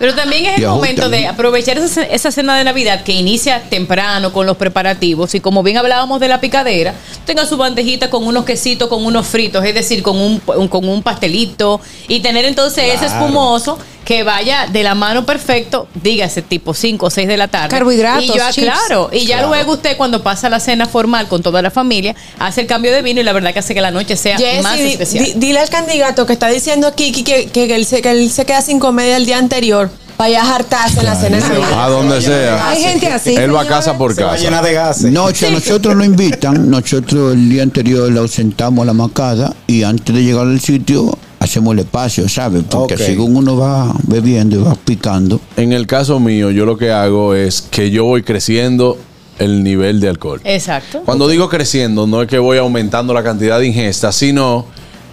Speaker 8: Pero también es
Speaker 2: Y
Speaker 8: el
Speaker 2: ajusta,
Speaker 8: momento de
Speaker 2: ¿no?
Speaker 8: aprovechar esa, ce- esa cena de Navidad que inicia temprano con los preparativos y como bien hablábamos de la picadera, tenga su bandejita con unos quesitos, con unos fritos, es decir, con un, un- con un pastelito y tener entonces ese
Speaker 7: Claro.
Speaker 8: espumoso que vaya de la mano perfecto, dígase tipo 5 o 6 de la tarde.
Speaker 3: Carbohidratos,
Speaker 8: Y ya,
Speaker 3: chips.
Speaker 8: claro, y ya luego usted cuando pasa la cena formal con toda la familia, hace el cambio de vino y la verdad que hace que la noche sea
Speaker 4: Jessy,
Speaker 8: más
Speaker 4: di-
Speaker 8: especial.
Speaker 4: di- dile al candidato que está diciendo aquí que, que, que él, se, que él se queda sin comedia el día anterior para ya hartarse en la cena de Navidad.
Speaker 1: A donde sea.
Speaker 3: Hay gente así.
Speaker 1: Él va
Speaker 3: señores.
Speaker 1: casa por
Speaker 7: Se va a
Speaker 1: casa.
Speaker 7: llenar de gases.
Speaker 2: No, si a nosotros nos invitan, nosotros el día anterior la ausentamos a la macada y antes de llegar al sitio hacemos el espacio, ¿sabes? Porque
Speaker 7: Ok.
Speaker 2: según uno va bebiendo y va picando,
Speaker 1: En el caso mío, yo lo que hago es que yo voy creciendo el nivel de alcohol.
Speaker 8: Exacto.
Speaker 1: Cuando digo creciendo, no es que voy aumentando la cantidad de ingesta, sino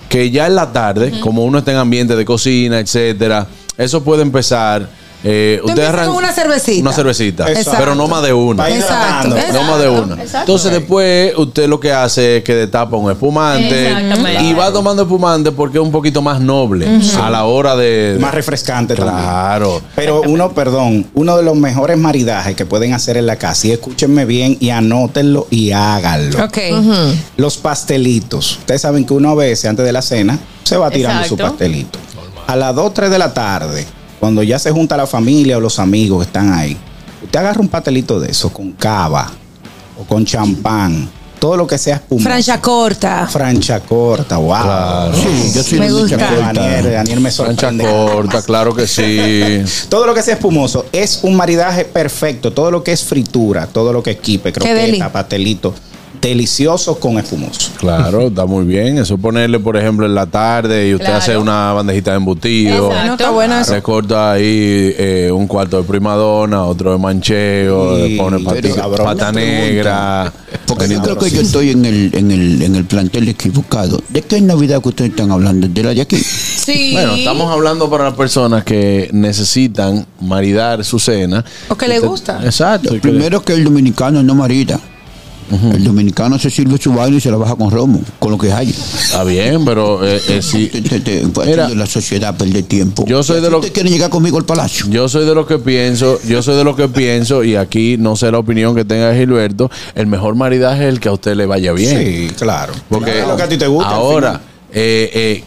Speaker 1: que ya en la tarde, como uno está en ambiente de cocina, etcétera, eso puede empezar. eh,
Speaker 3: Tú
Speaker 1: ustedes
Speaker 3: empiezas
Speaker 1: arran-
Speaker 3: con una cervecita.
Speaker 1: Una cervecita,
Speaker 7: Exacto.
Speaker 1: pero no más de una.
Speaker 7: Para ir
Speaker 3: Exacto.
Speaker 7: tratando.
Speaker 3: Exacto.
Speaker 1: No más de una. Entonces después usted lo que hace es que destapa un espumante
Speaker 8: Exactamente.
Speaker 1: y va tomando espumante porque es un poquito más noble a la hora de...
Speaker 7: Más refrescante también.
Speaker 1: claro.
Speaker 7: Pero uno, perdón, uno de los mejores maridajes que pueden hacer en la casa, y escúchenme bien y anótenlo y háganlo.
Speaker 3: Ok.
Speaker 7: Los pastelitos. Ustedes saben que uno a veces antes de la cena se va tirando su
Speaker 8: Exacto.
Speaker 7: pastelito. A las 2, 3 de la tarde, cuando ya se junta la familia o los amigos que están ahí, usted agarra un pastelito de eso con cava o con champán, todo lo que sea espuma.
Speaker 3: Francha corta.
Speaker 7: Francha corta, wow.
Speaker 2: Sí, yo soy
Speaker 3: Me
Speaker 2: de mucha
Speaker 3: gusta.
Speaker 2: corta.
Speaker 7: Daniel, Daniel me
Speaker 1: Cancha
Speaker 7: sorprende.
Speaker 1: corta, claro que sí.
Speaker 7: Todo lo que sea espumoso es un maridaje perfecto. Todo lo que es fritura, todo lo que es
Speaker 3: deli.
Speaker 7: quipe, croqueta, pastelito, delicioso con espumoso.
Speaker 1: Claro, está muy bien. Eso ponerle, por ejemplo, en la tarde y usted
Speaker 8: Claro.
Speaker 1: hace una bandejita de embutido.
Speaker 8: Exacto.
Speaker 3: No está buena eso.
Speaker 1: Recorta ahí eh, un cuarto de primadona, otro de mancheo,
Speaker 7: Sí,
Speaker 1: le pone pati-
Speaker 7: pero cabrón,
Speaker 1: pata
Speaker 7: una
Speaker 1: negra.
Speaker 2: Porque yo
Speaker 1: Benito.
Speaker 2: creo que yo estoy en el, en el, en el plantel equivocado. ¿De qué Navidad que ustedes están hablando? ¿De la de aquí?
Speaker 8: Sí.
Speaker 1: Bueno, estamos hablando para las personas que necesitan maridar su cena.
Speaker 3: O que le
Speaker 1: Usted-
Speaker 3: gusta.
Speaker 1: Exacto. y que-
Speaker 2: Primero que el dominicano no marida. El dominicano se sirve su vaina y se la baja con romo, con lo que hay.
Speaker 1: Está bien, pero eh, eh, sí.
Speaker 2: Te- te- te- pues,
Speaker 1: Mira,
Speaker 2: haciendo la sociedad perder tiempo.
Speaker 1: yo soy
Speaker 2: Si
Speaker 1: de lo-
Speaker 2: ustedes quieren llegar conmigo al palacio?
Speaker 1: Yo soy de lo que pienso, yo soy de lo que pienso, y aquí no sé la opinión que tenga Gilberto, el mejor maridaje es el que a usted le vaya bien.
Speaker 7: claro.
Speaker 1: Porque
Speaker 7: Claro, lo que a ti te gusta. al
Speaker 1: ahora,
Speaker 7: final.
Speaker 1: eh, eh,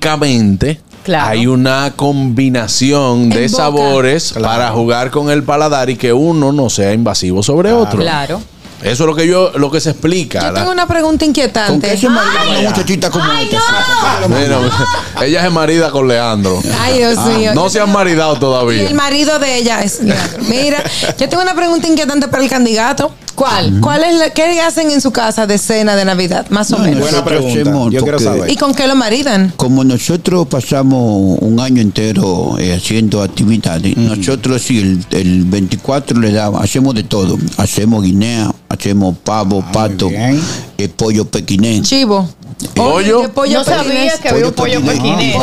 Speaker 1: químicamente
Speaker 8: Claro.
Speaker 1: hay una combinación de
Speaker 8: boca.
Speaker 1: sabores para jugar con el paladar y que uno no sea invasivo sobre otro.
Speaker 8: Claro.
Speaker 1: Eso es lo que yo, lo que se explica.
Speaker 3: Yo
Speaker 1: La-
Speaker 3: tengo una pregunta inquietante. Ah,
Speaker 2: ¿Con qué se marina
Speaker 3: Ay,
Speaker 2: una muchachita como
Speaker 3: ay,
Speaker 2: esta?
Speaker 3: no.
Speaker 1: Mira, ella se marida con Leandro. Ah,
Speaker 3: Ay, Dios mío.
Speaker 1: No se han maridado
Speaker 3: Y
Speaker 1: todavía.
Speaker 3: el marido de ella es Leandro. Mira, yo tengo una pregunta inquietante para el candidato. ¿Cuál? ¿Cuál es la- ¿Qué hacen en su casa de cena de Navidad, más o
Speaker 2: No,
Speaker 3: menos?
Speaker 7: Buena
Speaker 2: Nosotros
Speaker 7: pregunta.
Speaker 2: hacemos
Speaker 7: Yo quiero
Speaker 2: porque-
Speaker 7: saber.
Speaker 3: ¿Y con qué lo maridan?
Speaker 2: Como nosotros pasamos un año entero eh, haciendo actividades,
Speaker 7: Mm.
Speaker 2: nosotros sí, el, el 24 le damos, hacemos de todo. Hacemos guinea, hacemos pavo, pato,
Speaker 7: Ah, bien.
Speaker 2: eh, pollo pequinés.
Speaker 3: Chivo.
Speaker 1: Pollo.
Speaker 3: Oye, qué pollo
Speaker 8: Yo sabía
Speaker 3: pequinés.
Speaker 8: que había un pollo
Speaker 2: pequinés.
Speaker 8: pequinés.
Speaker 2: Ah,
Speaker 8: ¿eh?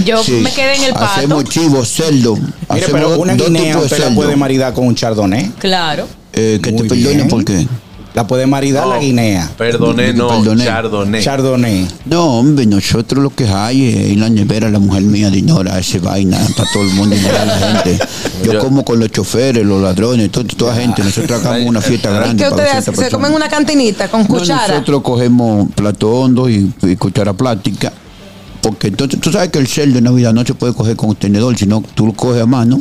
Speaker 2: pollo
Speaker 8: Yo
Speaker 2: Sí.
Speaker 8: me quedé en el pato.
Speaker 2: Hacemos chivo, cerdo.
Speaker 7: Mire,
Speaker 2: hacemos
Speaker 7: pero una
Speaker 2: dos
Speaker 7: guinea
Speaker 2: tipos de
Speaker 7: usted la
Speaker 2: cerdo.
Speaker 7: puede maridar con un chardonnay.
Speaker 8: Claro.
Speaker 2: Eh, que
Speaker 7: Muy
Speaker 2: te perdone
Speaker 7: bien.
Speaker 2: por qué.
Speaker 7: La puede maridar la guinea.
Speaker 1: Perdoné, no,
Speaker 2: Perdoné.
Speaker 1: Chardonnay.
Speaker 7: Chardonnay.
Speaker 2: No, hombre, nosotros lo que hay es en la nevera, la mujer mía de Nora, ese vaina para todo el mundo y para la gente. Yo
Speaker 1: Yo-
Speaker 2: como con los choferes, los ladrones, to- toda gente. Nosotros hagamos una fiesta
Speaker 3: ¿Y
Speaker 2: grande.
Speaker 3: qué
Speaker 2: para
Speaker 3: ustedes
Speaker 2: 200
Speaker 3: hacen? ¿Se
Speaker 2: personas.
Speaker 3: comen una cantinita con
Speaker 2: No,
Speaker 3: cuchara?
Speaker 2: nosotros cogemos plato hondo y, y cuchara plástica. Porque entonces tú sabes que el cerdo en Navidad no se puede coger con tenedor, sino tú lo coges a mano,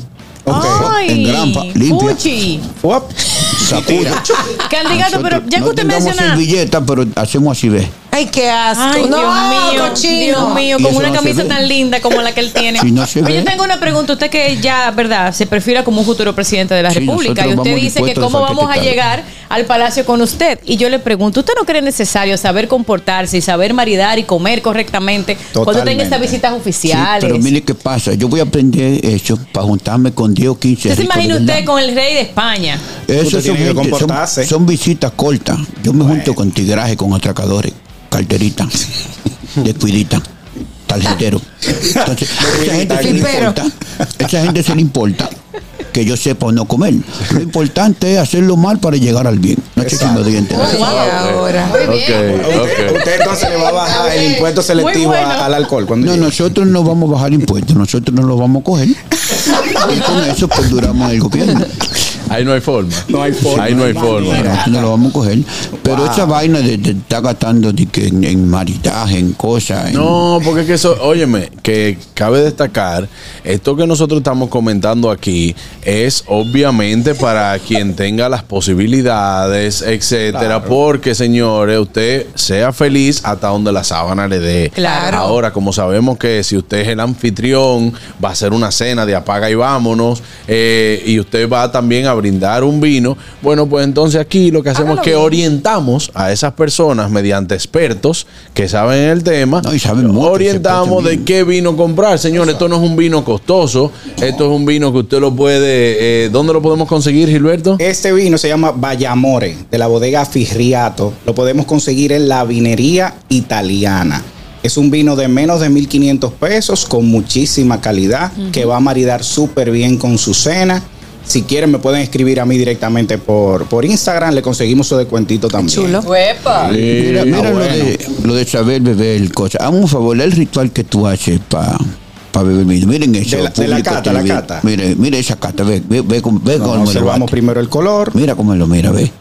Speaker 8: Ay,
Speaker 2: En grampa, limpia.
Speaker 8: Puchi.
Speaker 7: Uop.
Speaker 2: sacudes.
Speaker 8: Candidato, pero ya que
Speaker 2: no
Speaker 8: usted
Speaker 2: tengamos
Speaker 8: menciona.
Speaker 2: servilletas, pero hacemos así, ¿ves?
Speaker 3: Ay, qué asco.
Speaker 8: Ay,
Speaker 3: no,
Speaker 8: Dios mío,
Speaker 3: cochino.
Speaker 8: Dios mío,
Speaker 2: Y
Speaker 8: con
Speaker 2: eso
Speaker 8: una
Speaker 2: no se
Speaker 8: camisa
Speaker 2: ve.
Speaker 8: tan linda como la que él tiene.
Speaker 2: Si no se
Speaker 8: Pero yo
Speaker 2: ve.
Speaker 8: tengo una pregunta, usted que ya, ¿verdad? Se perfila como un futuro presidente de la
Speaker 2: Sí,
Speaker 8: República y
Speaker 2: nosotros
Speaker 8: usted
Speaker 2: vamos
Speaker 8: dice que
Speaker 2: dispuestos a
Speaker 8: cómo vamos a
Speaker 2: sacrificar.
Speaker 8: llegar al palacio con usted. Y yo le pregunto, ¿usted no cree necesario saber comportarse y saber maridar y comer correctamente cuando
Speaker 7: Totalmente.
Speaker 8: tenga estas visitas
Speaker 2: Sí,
Speaker 8: oficiales?
Speaker 2: pero mire qué pasa. Yo voy a aprender eso para juntarme con 10 o 15.
Speaker 8: ¿Usted se
Speaker 2: ricos de
Speaker 8: imagina
Speaker 2: verdad.
Speaker 8: usted con el rey de España?
Speaker 2: Eso
Speaker 7: Usted
Speaker 2: son,
Speaker 7: tiene que
Speaker 2: gente- son-
Speaker 7: comportarse.
Speaker 2: son visitas cortas. Yo me junto con tigraje, con atracadores, carteritas, descuiditas, tarjeteros. Entonces, esa gente, se le
Speaker 3: Flipero.
Speaker 2: importa, esa gente se le importa que yo sepa o no comer. Lo importante es hacerlo mal para llegar al bien. No sé si me doy a entender.
Speaker 3: Ay, ahora.
Speaker 1: Ok,
Speaker 7: Usted,
Speaker 1: ok.
Speaker 7: usted entonces le va a bajar el impuesto selectivo
Speaker 8: Muy bueno.
Speaker 7: a- al alcohol. cuando
Speaker 2: No,
Speaker 7: llegue.
Speaker 2: nosotros no vamos a bajar impuestos, nosotros no los vamos a coger. Y con eso pues duramos el gobierno.
Speaker 1: Ahí no hay forma.
Speaker 7: No hay forma.
Speaker 1: Ahí no hay
Speaker 7: No hay
Speaker 1: forma.
Speaker 7: manera.
Speaker 2: Nosotros no lo vamos a coger. Pero esa vaina de, de estar gastando de que en, en maridaje, en cosas. en-
Speaker 1: No, porque es que eso, óyeme, que cabe destacar, esto que nosotros estamos comentando aquí es obviamente para quien tenga las posibilidades, etcétera, porque señores, usted sea feliz hasta donde la sábana le dé.
Speaker 8: Claro.
Speaker 1: Ahora, como sabemos que si usted es el anfitrión, va a ser una cena de apaga y vámonos, eh, y usted va también a brindar un vino, bueno, pues entonces aquí lo que hacemos
Speaker 3: Hágalo
Speaker 1: es que
Speaker 3: bien.
Speaker 1: orientamos a esas personas mediante expertos que saben el tema
Speaker 2: No, y saben mucho,
Speaker 1: orientamos
Speaker 2: se
Speaker 1: de
Speaker 2: escuchan
Speaker 1: qué vino comprar. Señor, esto no es un vino costoso. Esto es un vino que usted lo puede. eh, ¿Dónde lo podemos conseguir, Gilberto?
Speaker 7: Este vino se llama Vallamore, de la bodega Firriato. Lo podemos conseguir en la vinería italiana. Es un vino de menos de 1.500 pesos con muchísima calidad que va a maridar súper bien con su cena. Si quieren me pueden escribir a mí directamente por, por Instagram, le conseguimos su descuentito también.
Speaker 8: ¡Huepa!
Speaker 2: Mira,
Speaker 1: Eh,
Speaker 2: mira
Speaker 7: ah,
Speaker 2: lo,
Speaker 7: bueno.
Speaker 2: de, lo de saber beber el cosa. Hazme un favor, el ritual que tú haces para beber vino. Miren eso.
Speaker 7: De la- de la
Speaker 2: público
Speaker 7: cata, la
Speaker 2: televi-
Speaker 7: cata.
Speaker 2: Mire, mire esa cata. Ve, ve, ve, cómo- ve
Speaker 7: No,
Speaker 2: cómo
Speaker 7: no,
Speaker 2: me lo
Speaker 7: observamos
Speaker 2: bate.
Speaker 7: primero el color.
Speaker 2: Mira cómo lo mira, ve.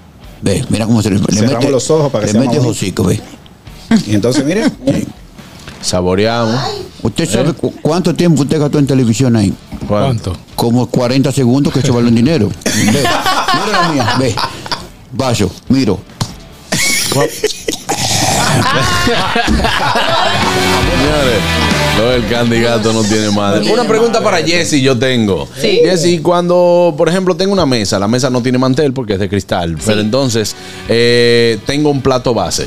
Speaker 2: Ve, mira cómo se le, le
Speaker 7: Cerramos los ojos para que
Speaker 2: le
Speaker 7: sea
Speaker 2: mete
Speaker 7: más
Speaker 2: hocico, ve.
Speaker 7: Y entonces, mire,
Speaker 1: Saboreamos.
Speaker 2: ¿Usted
Speaker 7: ¿Eh?
Speaker 2: sabe cu- cuánto tiempo usted gastó en televisión ahí?
Speaker 9: ¿Cuánto?
Speaker 2: como 40 segundos que se vale un dinero. Ve, mira la mía, ve. Vaso, miro.
Speaker 1: Señores, lo del candidato no tiene madre. Una pregunta para Jesse yo tengo.
Speaker 8: Sí.
Speaker 1: Jesse, cuando, por ejemplo, tengo una mesa, la mesa no tiene mantel porque es de cristal, pero entonces eh, tengo un plato base.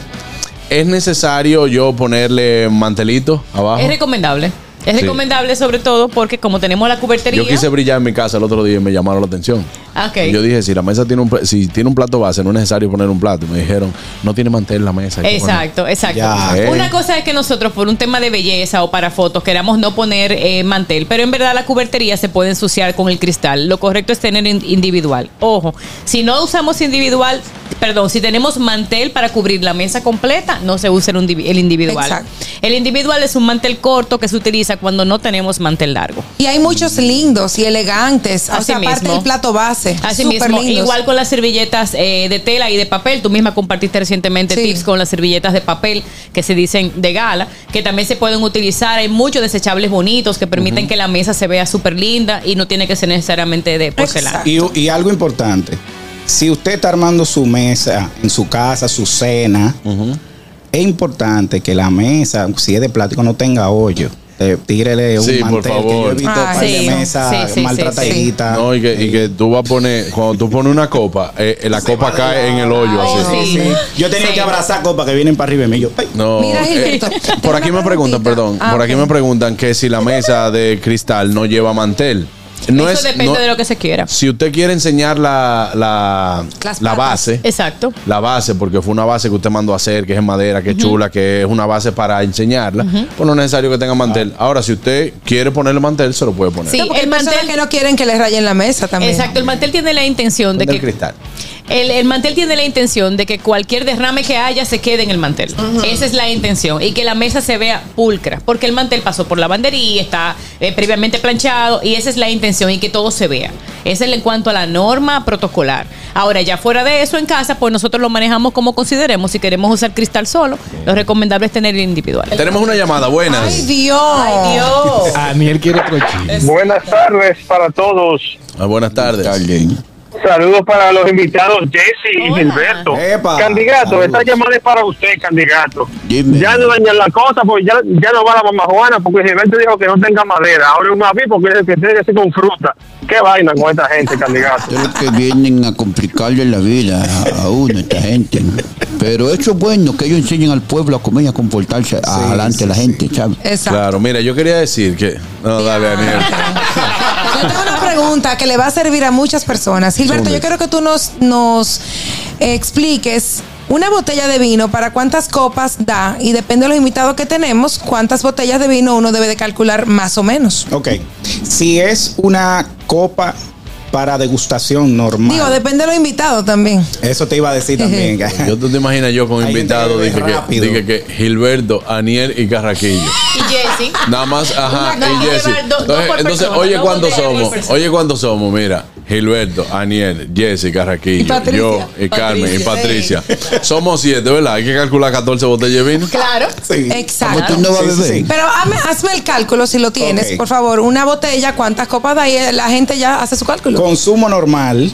Speaker 1: ¿Es necesario yo ponerle mantelito abajo?
Speaker 8: Es recomendable. Es
Speaker 1: Sí.
Speaker 8: recomendable sobre todo porque como tenemos la cubertería...
Speaker 1: Yo quise brillar en mi casa el otro día y me llamaron la atención.
Speaker 8: Ah, ok.
Speaker 1: Yo dije, si la mesa tiene un, pla- si tiene un plato base, no es necesario poner un plato. Y Me dijeron, no tiene mantel la mesa. hay que
Speaker 8: Exacto, exacto.
Speaker 7: Ya,
Speaker 1: eh.
Speaker 8: Una cosa es que nosotros por un tema de belleza o para fotos queramos no poner eh, mantel, pero en verdad la cubertería se puede ensuciar con el cristal. Lo correcto es tener in- individual. Ojo, si no usamos individual, perdón, si tenemos mantel para cubrir la mesa completa, no se usa el, indivi- el individual.
Speaker 3: Exacto.
Speaker 8: El individual es un mantel corto que se utiliza cuando no tenemos mantel largo.
Speaker 3: Y hay muchos lindos y elegantes. o
Speaker 8: Así
Speaker 3: sea, aparte
Speaker 8: mismo.
Speaker 3: del plato base.
Speaker 8: Así
Speaker 3: súper
Speaker 8: mismo,
Speaker 3: lindos.
Speaker 8: igual con las servilletas eh, de tela y de papel. Tú misma compartiste recientemente
Speaker 3: Sí.
Speaker 8: tips con las servilletas de papel que se dicen de gala, que también se pueden utilizar. Hay muchos desechables bonitos que permiten que la mesa se vea súper linda y no tiene que ser necesariamente de porcelana.
Speaker 7: Y, y algo importante, si usted está armando su mesa en su casa, su cena, es importante que la mesa, si es de plástico, no tenga hoyo. Eh, tírele un
Speaker 1: Sí, por
Speaker 7: mantel que yo
Speaker 1: favor.
Speaker 7: he visto
Speaker 1: Ah,
Speaker 7: par de
Speaker 1: sí.
Speaker 7: mesas
Speaker 1: Sí, sí,
Speaker 7: maltrataditas.
Speaker 1: No, y que, y que tú vas a poner, cuando tú pones una copa, eh, eh, la copa cae en el hoyo así.
Speaker 7: Sí, sí. Yo tenía que abrazar copas que vienen para arriba de mí. Yo, ay.
Speaker 1: No,
Speaker 3: Mira,
Speaker 1: eh,
Speaker 3: Gilberto,
Speaker 1: por aquí me preguntan, perdón,
Speaker 3: Ah,
Speaker 1: por aquí
Speaker 3: ok.
Speaker 1: me preguntan que si la mesa de cristal no lleva mantel. No
Speaker 8: Eso
Speaker 1: es,
Speaker 8: depende
Speaker 1: no-
Speaker 8: de lo que se quiera.
Speaker 1: Si usted quiere enseñar la, la,
Speaker 8: Las
Speaker 1: la
Speaker 8: patas.
Speaker 1: base,
Speaker 8: Exacto.
Speaker 1: la base, porque fue una base que usted mandó a hacer, que es en madera, que es chula, que es una base para enseñarla, pues no es necesario que tenga mantel.
Speaker 7: Ah.
Speaker 1: Ahora, si usted quiere ponerle mantel, se lo puede poner.
Speaker 8: Sí,
Speaker 3: No, porque
Speaker 8: el
Speaker 3: hay personas
Speaker 8: mantel-
Speaker 3: que no quieren que les rayen la mesa también.
Speaker 8: Exacto, el mantel tiene la intención de
Speaker 1: Ponle el
Speaker 8: que
Speaker 1: cristal.
Speaker 8: el, el mantel tiene la intención de que cualquier derrame que haya se quede en el mantel. Esa es la intención y que la mesa se vea pulcra, porque el mantel pasó por la bandería, está eh, previamente planchado y esa es la intención y que todo se vea. Esa es en cuanto a la norma protocolar. Ahora, ya fuera de eso en casa, pues nosotros lo manejamos como consideremos. Si queremos usar cristal solo, lo recomendable es tener el individual.
Speaker 1: Tenemos una llamada, buenas.
Speaker 3: Ay, Dios.
Speaker 8: Ay, Dios.
Speaker 9: Daniel quiere otro chip.
Speaker 10: Buenas tardes para todos.
Speaker 1: Ah, buenas tardes.
Speaker 10: Saludos para los invitados Jesse y
Speaker 8: Hola.
Speaker 10: Gilberto.
Speaker 7: Epa.
Speaker 10: candidato,
Speaker 7: Saludos.
Speaker 10: esta llamada es para usted, candidato.
Speaker 2: Dime.
Speaker 10: Ya no dañan la cosa, porque ya, ya no va la mamá Juana, porque Gilberto dijo que no tenga madera. Ahora es un aví, porque es el que tiene que ser con fruta. Qué vaina con esta gente, candidato.
Speaker 2: Creo que vienen a complicarle la vida a- a uno, esta gente. Pero eso es bueno, que ellos enseñen al pueblo a comer y a comportarse adelante la gente, ¿sabes?
Speaker 3: Exacto.
Speaker 1: Claro, mira, yo quería decir que. No, dale, Daniel.
Speaker 3: Yo tengo una pregunta que le va a servir a muchas personas. Gilberto, yo quiero que tú nos, nos expliques una botella de vino para cuántas copas da y depende de los invitados que tenemos, cuántas botellas de vino uno debe de calcular más o menos.
Speaker 7: Ok. Si es una copa para degustación normal.
Speaker 3: Digo, depende de los invitados también.
Speaker 7: Eso te iba a decir también.
Speaker 1: Yo tú te imaginas yo con
Speaker 7: Hay gente
Speaker 1: invitado,
Speaker 7: que bebe
Speaker 1: dije que,
Speaker 7: rápido.
Speaker 1: dije que Gilberto, Aniel y Carraquillo.
Speaker 8: Y Jesse.
Speaker 1: Nada más, ajá,
Speaker 8: Una caja
Speaker 1: y
Speaker 8: de
Speaker 1: Jesse.
Speaker 8: bar, do- dos
Speaker 1: Entonces,
Speaker 8: por
Speaker 1: entonces,
Speaker 8: persona,
Speaker 1: oye
Speaker 8: dos
Speaker 1: cuántos
Speaker 8: botellas por
Speaker 1: somos,
Speaker 8: persona.
Speaker 1: oye cuántos somos, mira, Gilberto, Aniel, Jesse, Carraquillo,
Speaker 3: Patricia.
Speaker 1: yo, y Carmen, y
Speaker 3: Patricia.
Speaker 1: Patricia. Somos siete, ¿verdad? Hay que calcular 14 botellas de vino.
Speaker 8: Claro.
Speaker 7: Sí.
Speaker 2: Como
Speaker 3: Exacto.
Speaker 2: tú no vas a
Speaker 7: Sí, sí,
Speaker 2: beber.
Speaker 7: sí.
Speaker 3: Pero hazme, hazme el cálculo si lo tienes,
Speaker 7: Ok.
Speaker 3: por favor. Una botella, cuántas copas da y la gente ya hace su cálculo.
Speaker 7: Consumo normal,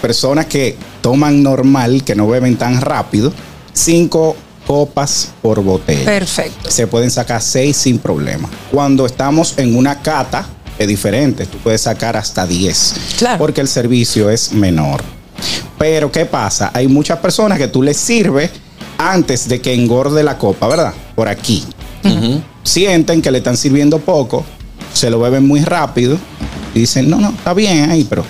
Speaker 7: personas que toman normal, que no beben tan rápido, cinco copas por botella.
Speaker 3: Perfecto.
Speaker 7: Se pueden sacar seis sin problema. Cuando estamos en una cata, es diferente, tú puedes sacar hasta 10,
Speaker 3: Claro.
Speaker 7: porque el servicio es menor. Pero ¿qué pasa? Hay muchas personas que tú les sirves antes de que engorde la copa, ¿verdad? Por aquí. Sienten que le están sirviendo poco, se lo beben muy rápido y dicen, no, no, está bien ahí, pero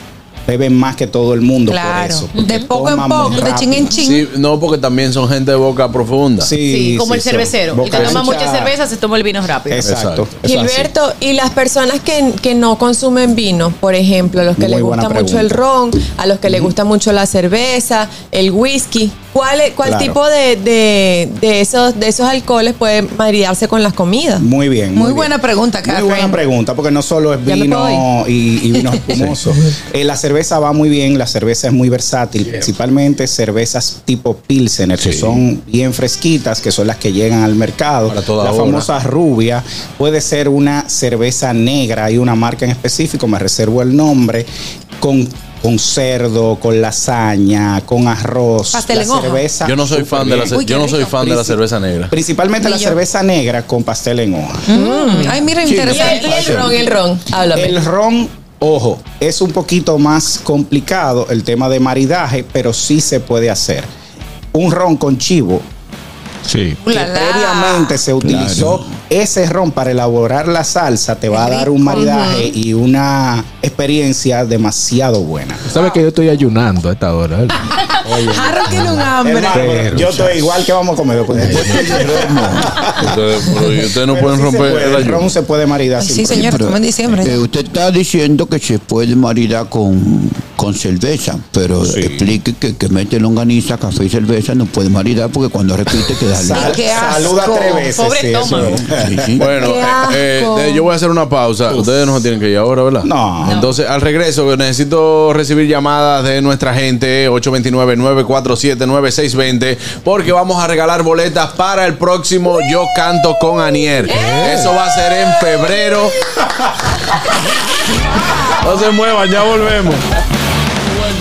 Speaker 7: beben más que todo el mundo por
Speaker 3: Claro.
Speaker 7: eso.
Speaker 3: De
Speaker 7: porque
Speaker 3: poco en
Speaker 7: toman
Speaker 3: poco,
Speaker 7: muy
Speaker 3: de chin en
Speaker 7: rápido.
Speaker 3: chin.
Speaker 1: Sí, no, porque también son gente de boca profunda.
Speaker 8: Sí, como el
Speaker 7: sí,
Speaker 8: cervecero.
Speaker 7: son
Speaker 8: Y que toma
Speaker 7: boca
Speaker 8: mucha
Speaker 7: ancha.
Speaker 8: cerveza, se toma el vino rápido.
Speaker 7: Exacto.
Speaker 1: Exacto.
Speaker 7: eso así.
Speaker 4: Gilberto, y las personas que, que no consumen vino, por ejemplo, a los que
Speaker 7: Muy
Speaker 4: les
Speaker 7: buena
Speaker 4: gusta mucho
Speaker 7: pregunta.
Speaker 4: el ron, a los que les gusta mucho la
Speaker 8: Ah,
Speaker 4: cerveza, el whisky, ¿cuál, es- cuál
Speaker 7: Claro.
Speaker 4: tipo de, de- de esos, de esos alcoholes puede maridarse con las comidas?
Speaker 7: Muy bien.
Speaker 3: Muy
Speaker 7: bien.
Speaker 3: buena pregunta, Carmen.
Speaker 7: Muy buena pregunta, porque no solo es
Speaker 4: Ya me
Speaker 7: vino y, y vino espumoso. Eh, la cerveza va muy bien, la cerveza es muy versátil, principalmente cervezas tipo Pilsener, que
Speaker 1: Sí.
Speaker 7: son bien fresquitas, que son las que llegan al mercado.
Speaker 1: Para toda
Speaker 7: la
Speaker 1: hora.
Speaker 7: famosa rubia puede ser una cerveza negra, hay una marca en específico, me reservo el nombre, con con cerdo, con lasaña, con arroz,
Speaker 3: Pastel
Speaker 7: la
Speaker 3: en hoja.
Speaker 7: cerveza.
Speaker 1: Yo no soy fan de la,
Speaker 7: superbién.
Speaker 1: ce- yo no soy fan de la
Speaker 7: Príncipe.
Speaker 1: cerveza negra.
Speaker 7: Principalmente la
Speaker 3: Ni yo.
Speaker 7: cerveza negra con pastel en hoja.
Speaker 3: Mm, Ay, mira,
Speaker 4: Y
Speaker 2: Sí,
Speaker 4: el,
Speaker 3: interesante.
Speaker 4: y el ron, el ron, háblame.
Speaker 7: El ron, ojo, es un poquito más complicado el tema de maridaje, pero sí se puede hacer. Un ron con chivo,
Speaker 9: Sí.
Speaker 3: Uh, la,
Speaker 7: que
Speaker 3: la.
Speaker 7: previamente se utilizó ese ron para elaborar la salsa, te va a dar un maridaje y una experiencia demasiado buena.
Speaker 9: Sabes que yo estoy ayunando a esta hora. ¿verdad?
Speaker 3: Harold tiene un hambre.
Speaker 7: Hermano, yo estoy igual que vamos a comer después. Después que yo romo.
Speaker 1: Ustedes, pero, ¿y ustedes no
Speaker 7: Pero
Speaker 1: pueden
Speaker 7: sí se
Speaker 1: romper
Speaker 7: puede,
Speaker 1: el
Speaker 7: el
Speaker 1: ayuno.
Speaker 7: romo se puede maridar. sin
Speaker 3: sí,
Speaker 7: problema.
Speaker 3: señor, estamos en diciembre.
Speaker 2: Eh, usted está diciendo que se puede maridar con, con cerveza, pero explique que, que mete longaniza, café y cerveza no puede maridar porque cuando repite queda
Speaker 7: Sal-
Speaker 3: qué asco.
Speaker 7: saluda tres veces.
Speaker 8: Pobre
Speaker 7: sí, eso
Speaker 8: estómago.
Speaker 7: es.
Speaker 3: Qué
Speaker 1: Bueno, eh, eh,
Speaker 3: asco.
Speaker 1: eh, yo voy a hacer una pausa. Ustedes no se tienen que ir ahora, ¿verdad?
Speaker 7: No.
Speaker 1: Entonces, al regreso, necesito recibir llamadas de nuestra gente, 829-947-9620, porque vamos a regalar boletas para el próximo Yo Canto con Anier.
Speaker 3: ¡Eh!
Speaker 1: Eso va a ser en febrero. No se muevan, ya volvemos.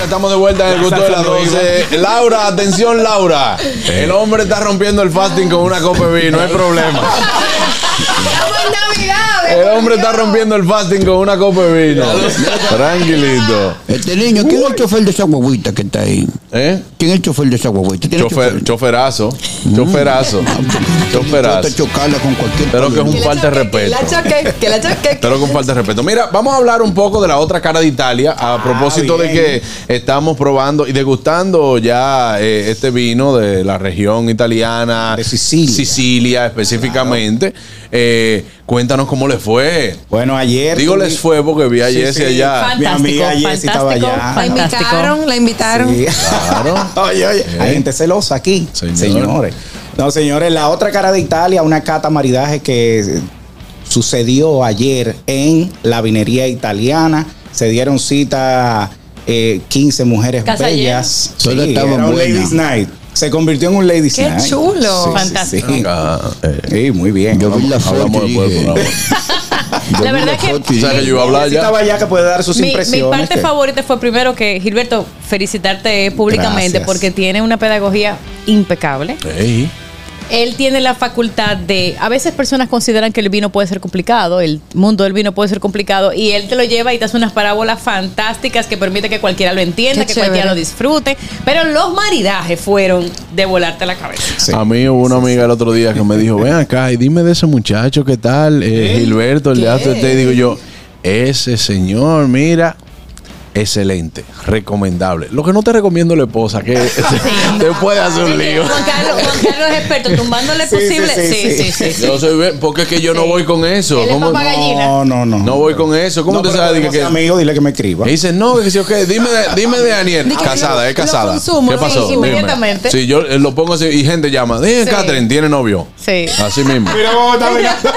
Speaker 1: Estamos de vuelta en el gusto de las 12. Laura, atención, Laura. El hombre está rompiendo el fasting con una copa de vino, no hay problema.
Speaker 4: Estamos en Navidad.
Speaker 1: El hombre está rompiendo el fasting con una copa de vino. Tranquilito.
Speaker 2: Este niño, ¿quién es el chofer de esa guagüita que está ahí?
Speaker 1: ¿Eh?
Speaker 2: ¿Quién es el chofer de esa guagüita? ¿Tiene
Speaker 1: Chofer- choferazo. Choferazo.
Speaker 2: Trata de
Speaker 1: Choferazo.
Speaker 2: chocarla con cualquier
Speaker 1: Pero que es un falta de
Speaker 4: Que
Speaker 1: respeto.
Speaker 4: la choque, que la choque.
Speaker 1: Pero con falta de respeto. Mira, vamos a hablar un poco de la otra cara de Italia. A propósito de que
Speaker 7: Ah, bien.
Speaker 1: estamos probando y degustando ya eh, este vino de la región italiana.
Speaker 7: De Sicilia.
Speaker 1: Sicilia, específicamente. Eh, cuéntanos cómo les fue.
Speaker 7: Bueno, ayer.
Speaker 1: Digo, les fue porque vi a
Speaker 7: Sí,
Speaker 1: Jesse
Speaker 7: sí.
Speaker 1: allá.
Speaker 7: Mi amiga Jessie estaba
Speaker 8: fantástico,
Speaker 7: allá.
Speaker 3: La invitaron,
Speaker 8: fantástico.
Speaker 3: la invitaron.
Speaker 7: Sí.
Speaker 1: Claro.
Speaker 7: Oye, oye, hay gente celosa aquí,
Speaker 1: Señor.
Speaker 7: señores. No, señores, la otra cara de Italia, una cata maridaje que sucedió ayer en la vinería italiana. Se dieron cita eh, 15 mujeres
Speaker 8: Casa
Speaker 7: bellas.
Speaker 2: llena. Todas estaban
Speaker 7: era un
Speaker 2: buenas.
Speaker 7: ladies night. Se convirtió en un ladies
Speaker 3: Qué
Speaker 7: night.
Speaker 3: chulo.
Speaker 8: Fantástico.
Speaker 7: sí.
Speaker 1: Ah, eh,
Speaker 7: Sí, muy bien.
Speaker 2: Yo vi la
Speaker 1: hablamos
Speaker 2: foto y
Speaker 1: después,
Speaker 2: dije...
Speaker 1: por favor.
Speaker 2: yo
Speaker 8: La
Speaker 2: vi
Speaker 8: verdad que-
Speaker 2: foto y
Speaker 1: O sea,
Speaker 2: dije,
Speaker 1: que yo iba a hablar ya.
Speaker 7: Estaba allá que puede dar sus
Speaker 8: Mi, mi
Speaker 7: impresiones.
Speaker 8: parte
Speaker 7: que-
Speaker 8: favorita fue primero que, Gilberto, felicitarte públicamente
Speaker 7: Gracias.
Speaker 8: porque tiene una pedagogía impecable.
Speaker 1: Ey.
Speaker 8: Él tiene la facultad de, a veces personas consideran que el vino puede ser complicado, el mundo del vino puede ser complicado, y él te lo lleva y te hace unas parábolas fantásticas que permite que cualquiera lo entienda,
Speaker 3: Qué
Speaker 8: que cualquiera
Speaker 3: chévere.
Speaker 8: lo disfrute, pero los maridajes fueron de volarte la cabeza.
Speaker 7: Sí.
Speaker 1: A mí hubo una amiga el otro día que me dijo, ven acá y dime de ese muchacho, ¿qué tal? Eh, Gilberto, el de Astro T". Y digo yo, ese señor, mira, excelente, recomendable. Lo que no te recomiendo la esposa, que te, te puede hacer un lío.
Speaker 8: Juan Carlos, Juan Carlos es experto, tumbándole
Speaker 7: Sí, sí,
Speaker 8: posible.
Speaker 7: sí,
Speaker 8: Sí, sí,
Speaker 7: sí.
Speaker 8: sí. sí.
Speaker 1: Yo soy bien, porque es que yo no
Speaker 8: Sí.
Speaker 1: voy con eso.
Speaker 8: Él es
Speaker 1: ¿Cómo-
Speaker 8: papá gallina.
Speaker 7: No, no, no.
Speaker 1: No voy con eso. ¿Cómo
Speaker 7: No,
Speaker 1: tú
Speaker 7: pero
Speaker 1: sabes?
Speaker 7: podemos
Speaker 1: Dije
Speaker 7: ser
Speaker 1: que-
Speaker 7: amigo, dile que me escriba.
Speaker 1: Me dicen, no, que sí, ok, dime de, dime de Aniel.
Speaker 3: Dije,
Speaker 1: casada,
Speaker 3: lo-
Speaker 1: es casada.
Speaker 3: lo consumo,
Speaker 1: ¿Qué
Speaker 3: lo
Speaker 1: pasó?
Speaker 8: consumo
Speaker 1: Dime.
Speaker 8: inmediatamente.
Speaker 1: Sí, yo eh, lo pongo así y gente llama, dije,
Speaker 8: Sí.
Speaker 1: Catherine, ¿tiene novio?
Speaker 8: Sí.
Speaker 1: Así mismo.
Speaker 7: Mira cómo está mirando.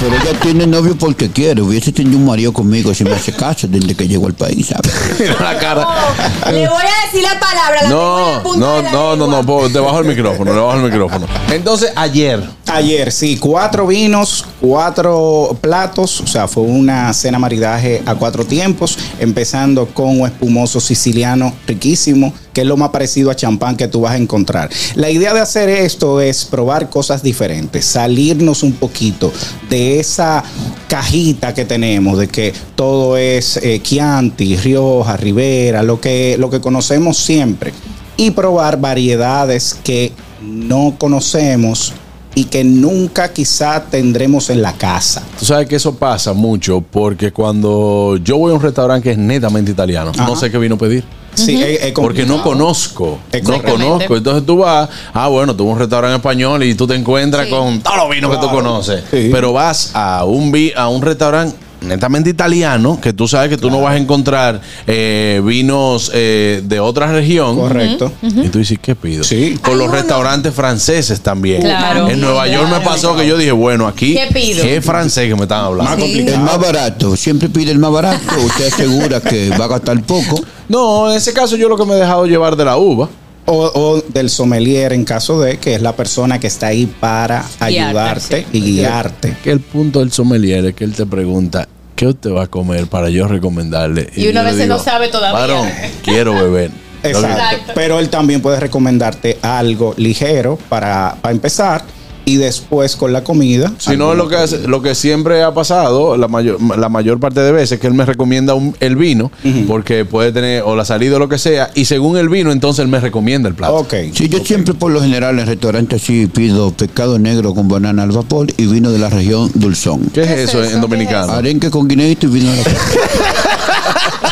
Speaker 2: Pero ella tiene novio porque quiere. Hubiese tenido un marido conmigo si me hace caso desde que llegó al país, ¿sabes?
Speaker 1: Mira la cara.
Speaker 4: Le voy a decir la palabra. La tengo en
Speaker 1: No,
Speaker 4: la punta
Speaker 1: no,
Speaker 4: de la
Speaker 1: no, no, no,
Speaker 4: lengua.
Speaker 1: po- debajo del micrófono, debajo del micrófono. Entonces, ayer.
Speaker 7: Ayer, sí, cuatro vinos, cuatro platos, o sea, fue una cena maridaje a cuatro tiempos, empezando con un espumoso siciliano riquísimo, que es lo más parecido a champán que tú vas a encontrar. La idea de hacer esto es probar cosas diferentes, salirnos un poquito de esa cajita que tenemos, de que todo es eh, Chianti, Rioja, Rivera, lo que, lo que conocemos siempre, y probar variedades que no conocemos y que nunca quizá tendremos en la casa.
Speaker 1: Tú sabes que eso pasa mucho porque cuando yo voy a un restaurante que es netamente italiano, no
Speaker 7: Ajá.
Speaker 1: sé qué vino a pedir.
Speaker 7: Sí, es- es
Speaker 1: Porque no
Speaker 7: complicado.
Speaker 1: conozco, no
Speaker 7: Exactamente.
Speaker 1: conozco. Entonces tú vas, ah, bueno, tú vas a un restaurante español y tú te encuentras con todos los vinos que tú
Speaker 7: Claro.
Speaker 1: conoces.
Speaker 7: Sí.
Speaker 1: Pero vas a un, vi- a un restaurante netamente italiano, que tú sabes que tú no vas a encontrar eh, vinos eh, de otra región.
Speaker 7: Correcto.
Speaker 1: Y tú dices, ¿qué pido?
Speaker 7: Sí.
Speaker 1: Con
Speaker 4: Hay
Speaker 1: los
Speaker 4: uno-
Speaker 1: restaurantes franceses también.
Speaker 8: Claro.
Speaker 1: En Nueva York me
Speaker 8: Claro.
Speaker 1: pasó que yo dije, bueno, aquí,
Speaker 8: ¿Qué pido?
Speaker 1: es francés que me están hablando?
Speaker 3: Sí.
Speaker 2: El más barato, siempre pide el más barato. Usted asegura que va a gastar poco.
Speaker 1: No, en ese caso yo lo que me he dejado llevar de la uva.
Speaker 7: O, o del sommelier en caso de que es la persona que está ahí para
Speaker 8: Guiarte,
Speaker 7: ayudarte y guiarte.
Speaker 1: Que el punto del sommelier es que él te pregunta, ¿qué usted va a comer para yo recomendarle?
Speaker 8: Y uno
Speaker 1: yo
Speaker 8: a
Speaker 1: le
Speaker 8: veces no sabe todavía.
Speaker 1: Varón, quiero beber.
Speaker 7: Exacto. Pero él también puede recomendarte algo ligero para, para empezar y después con la comida.
Speaker 1: Si no, lo que, hace- lo que siempre ha pasado, la mayor, la mayor parte de veces, que él me recomienda un- el vino, porque puede tener o la salida o lo que sea, y según el vino, entonces él me recomienda el plato.
Speaker 7: Ok.
Speaker 2: Sí, yo siempre por lo general en restaurantes sí pido pescado negro con banana al vapor y vino de la región dulzón.
Speaker 1: ¿Qué es eso en dominicano?
Speaker 2: Arenque con guineito y vino de la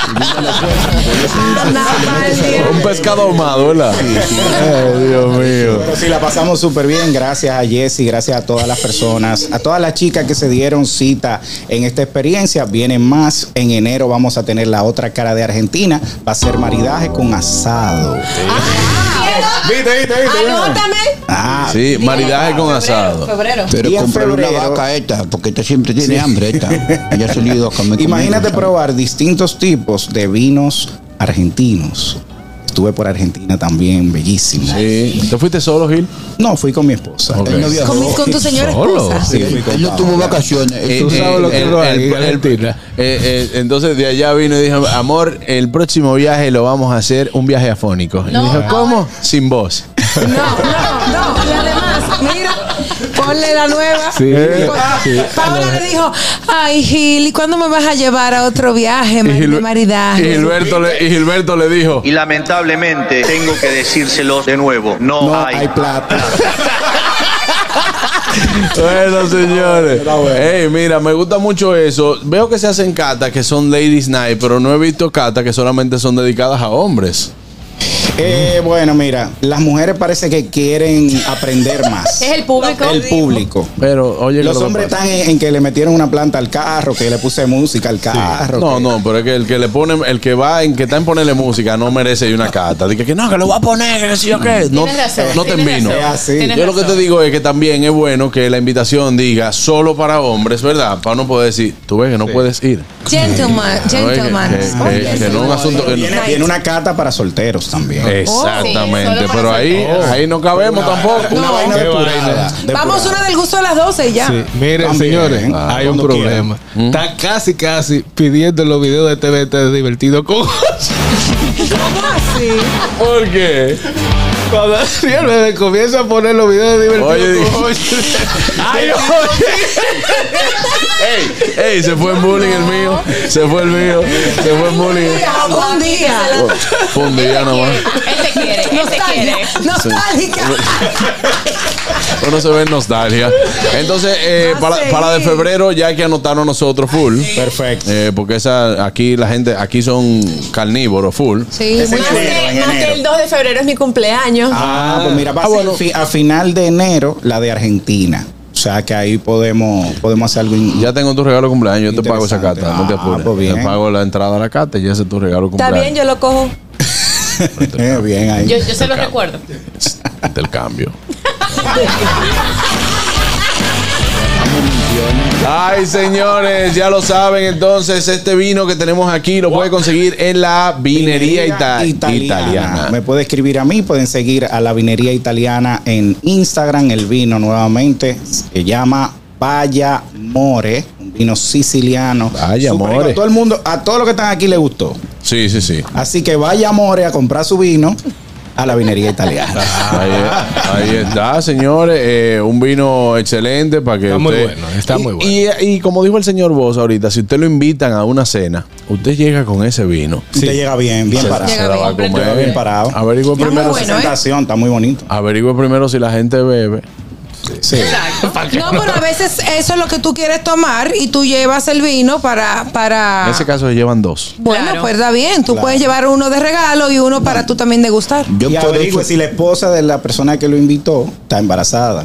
Speaker 3: Anda, mal día.
Speaker 1: Un pescado ahumado, ¿verdad? Ay, Dios mío.
Speaker 7: Pero sí, la pasamos súper bien. Gracias a Jessy, gracias a todas las personas, a todas las chicas que se dieron cita en esta experiencia. Vienen más. En enero vamos a tener la otra cara de Argentina. Va a ser maridaje con asado.
Speaker 1: Viste, viste, viste, viste.
Speaker 4: Anótame.
Speaker 7: Ah,
Speaker 1: Sí, maridaje con asado.
Speaker 4: Febrero.
Speaker 2: Pero
Speaker 7: Y en
Speaker 2: comprarle una
Speaker 7: febrero-
Speaker 2: vaca esta, porque esta siempre tiene hambre esta. Ella ha salido a comer.
Speaker 7: Imagínate
Speaker 2: conmigo,
Speaker 7: probar distintos tipos de vinos argentinos. Estuve por Argentina también, bellísimo.
Speaker 1: Sí. ¿Te fuiste solo, Gil?
Speaker 7: No, fui con mi esposa.
Speaker 1: Ok.
Speaker 7: Él no viajó.
Speaker 3: Con, mi- con tu señora
Speaker 1: Solo.
Speaker 3: esposa.
Speaker 7: Sí, fui
Speaker 2: ¿sabes?
Speaker 7: con
Speaker 2: Él no
Speaker 7: Pablo.
Speaker 2: tuvo vacaciones. él
Speaker 1: Eh,
Speaker 2: tuvo-
Speaker 1: eh,
Speaker 9: lo que
Speaker 1: el-
Speaker 9: lo
Speaker 1: el-
Speaker 9: haría,
Speaker 1: el-
Speaker 9: Argentina.
Speaker 1: eh, eh, entonces de allá vino y dijo, amor, el próximo viaje lo vamos a hacer un viaje afónico.
Speaker 8: No.
Speaker 1: y dijo, ¿cómo? Sin voz.
Speaker 3: No, no, no. Y además, mira, ponle la nueva.
Speaker 9: Sí,
Speaker 3: Pa-
Speaker 9: sí.
Speaker 3: Paola le dijo, ay Gil, ¿y cuándo me vas a llevar a otro viaje,
Speaker 1: Y,
Speaker 3: mar- de
Speaker 1: Gil- y
Speaker 3: maridaje?
Speaker 1: Gilberto le, y Gilberto le dijo,
Speaker 12: Y lamentablemente tengo que decírselo de nuevo, no,
Speaker 10: Oh,
Speaker 7: No
Speaker 12: hay,
Speaker 7: hay plata.
Speaker 1: Bueno, señores. Ey, mira, me gusta mucho eso. Veo que se hacen catas que son ladies night, pero no he visto catas que solamente son dedicadas a hombres.
Speaker 7: Eh, bueno, mira, las mujeres parece que quieren aprender más.
Speaker 4: Es el público.
Speaker 7: El público.
Speaker 1: Pero, oye, que
Speaker 7: Los
Speaker 1: lo que
Speaker 7: hombres
Speaker 1: pasa-
Speaker 7: están en, en que le metieron una planta al carro, que le puse música al carro.
Speaker 1: No,
Speaker 7: que-
Speaker 1: no, pero es que el que le pone, el que va en que está en ponerle música no merece una cata. Dice que no, que lo voy a poner, que qué sé yo qué. No,
Speaker 8: Tienes razón,
Speaker 1: no te
Speaker 8: tienes
Speaker 1: envino.
Speaker 8: razón,
Speaker 7: Es así.
Speaker 8: tienes
Speaker 1: Yo lo que te
Speaker 8: razón.
Speaker 1: digo es que también es bueno que la invitación diga solo para hombres, ¿verdad? Para no poder decir, tú ves que no puedes ir.
Speaker 7: Oh,
Speaker 3: Gentleman,
Speaker 1: No, es que-
Speaker 3: gentleman.
Speaker 1: que- que- que no es un asunto que no-
Speaker 7: Viene, viene una carta para solteros también.
Speaker 1: Exactamente,
Speaker 8: solo para
Speaker 1: pero ahí,
Speaker 9: solteros.
Speaker 1: ahí no cabemos tampoco.
Speaker 7: Una vaina
Speaker 9: Qué
Speaker 7: depurada,
Speaker 9: vaina.
Speaker 3: Vamos
Speaker 7: depurada.
Speaker 3: una del gusto de las 12 y ya.
Speaker 9: Sí, miren,
Speaker 7: También,
Speaker 9: señores,
Speaker 7: ¿eh?
Speaker 1: Ah,
Speaker 9: hay un
Speaker 7: Cuando
Speaker 9: problema.
Speaker 1: Mm.
Speaker 9: Está casi, casi pidiendo los videos de TVT divertido con
Speaker 3: ¿Cómo así?
Speaker 1: ¿Por qué?
Speaker 9: Cuando siempre comienza a poner los videos de divertido
Speaker 1: Oye,
Speaker 9: con Ay,
Speaker 1: ¡Ey! ¡Ey! Se fue en bullying el mío. Se fue el mío. Se fue en bullying.
Speaker 3: Un día.
Speaker 1: Fue un día nomás.
Speaker 8: Él te quiere, él te quiere.
Speaker 3: Nostalgia. Nostálgica.
Speaker 1: Uno se ve en nostalgia. Entonces, eh,
Speaker 3: Va a
Speaker 1: para,
Speaker 3: seguir.
Speaker 1: para de febrero ya hay que anotarnos nosotros full.
Speaker 7: Perfecto.
Speaker 1: Eh, porque esa, aquí la gente, aquí son carnívoros full.
Speaker 3: Sí,
Speaker 7: Ese
Speaker 3: muy
Speaker 4: Más
Speaker 7: en
Speaker 3: bien.
Speaker 7: enero,
Speaker 4: que,
Speaker 7: en
Speaker 4: más
Speaker 7: enero.
Speaker 4: que el 2 de febrero es mi cumpleaños.
Speaker 7: Ah, pues mira, va
Speaker 1: Ah,
Speaker 7: a ser
Speaker 1: bueno.
Speaker 7: fi- a final de enero la de Argentina. O sea que ahí podemos, podemos hacer algo. in-
Speaker 1: Ya tengo tu regalo de cumpleaños, yo te pago esa
Speaker 7: Interesante.
Speaker 1: cata, no te
Speaker 7: Ah,
Speaker 1: apures.
Speaker 7: pues bien.
Speaker 1: te pago la entrada a la cata y ya ese es tu regalo de
Speaker 4: Está
Speaker 1: cumpleaños.
Speaker 4: bien, yo lo cojo.
Speaker 7: Eh, bien ahí.
Speaker 8: Yo, yo se lo recuerdo.
Speaker 1: del cambio. Ay, señores, ya lo saben. Entonces, este vino que tenemos aquí lo puede conseguir en la vinería ita- italiana.
Speaker 7: Me puede escribir a mí, pueden seguir a la vinería italiana en Instagram. El vino nuevamente se llama Vaya More, un vino siciliano.
Speaker 1: Vaya
Speaker 7: Súper
Speaker 1: More.
Speaker 7: rico. A todo el mundo, a todos los que están aquí les gustó.
Speaker 1: Sí, sí, sí.
Speaker 7: Así que vaya More a comprar su vino a la vinería italiana.
Speaker 9: Ah.
Speaker 1: Ahí, ahí está, señores. Eh, un vino excelente para que.
Speaker 9: Está muy
Speaker 1: usted-
Speaker 9: bueno, está
Speaker 1: y,
Speaker 9: muy bueno.
Speaker 1: Y, eh, y como dijo el señor Vos ahorita, si usted lo invitan a una cena, usted llega con ese vino.
Speaker 7: Si Te llega bien, bien
Speaker 1: Se-
Speaker 7: parado.
Speaker 1: se la va a
Speaker 8: bien,
Speaker 1: comer.
Speaker 7: bien parado.
Speaker 1: Averigüe
Speaker 3: muy
Speaker 1: primero
Speaker 3: bueno, ¿eh?
Speaker 7: Presentación, está muy bonito.
Speaker 1: Averigüe primero si la gente bebe.
Speaker 7: Sí.
Speaker 3: No, pero a veces eso es lo que tú quieres tomar y tú llevas el vino para. para...
Speaker 1: En ese caso se llevan dos.
Speaker 3: Bueno,
Speaker 8: Claro.
Speaker 3: pues está bien. Tú puedes llevar uno de regalo y uno para tú también degustar.
Speaker 2: Yo
Speaker 7: y
Speaker 2: por
Speaker 7: averigüe
Speaker 2: eso-
Speaker 7: si la esposa de la persona que lo invitó está embarazada.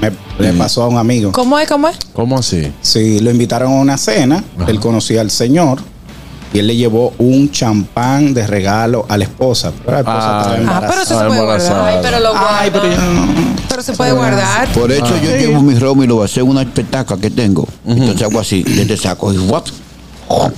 Speaker 7: Me,
Speaker 2: Mm.
Speaker 7: Le pasó a un amigo.
Speaker 3: ¿Cómo es? ¿Cómo es?
Speaker 1: ¿Cómo así?
Speaker 7: Sí, lo invitaron a una cena. Él conocía al señor. Y él le llevó un champán de regalo a la esposa. Pero la esposa
Speaker 1: Ah.
Speaker 7: estaba
Speaker 1: Ah,
Speaker 3: Ah,
Speaker 7: embarazada.
Speaker 3: pero eso
Speaker 1: Ah,
Speaker 3: se puede
Speaker 1: embarazada.
Speaker 3: guardar.
Speaker 4: Ay, pero lo guardo.
Speaker 7: Ay, pero yo no- no- no.
Speaker 3: Pero se puede guardar.
Speaker 7: ah.
Speaker 2: Por eso yo llevo mi romo y lo hacer en una petaca que tengo. Entonces hago así, yo te saco y what?
Speaker 4: Ah,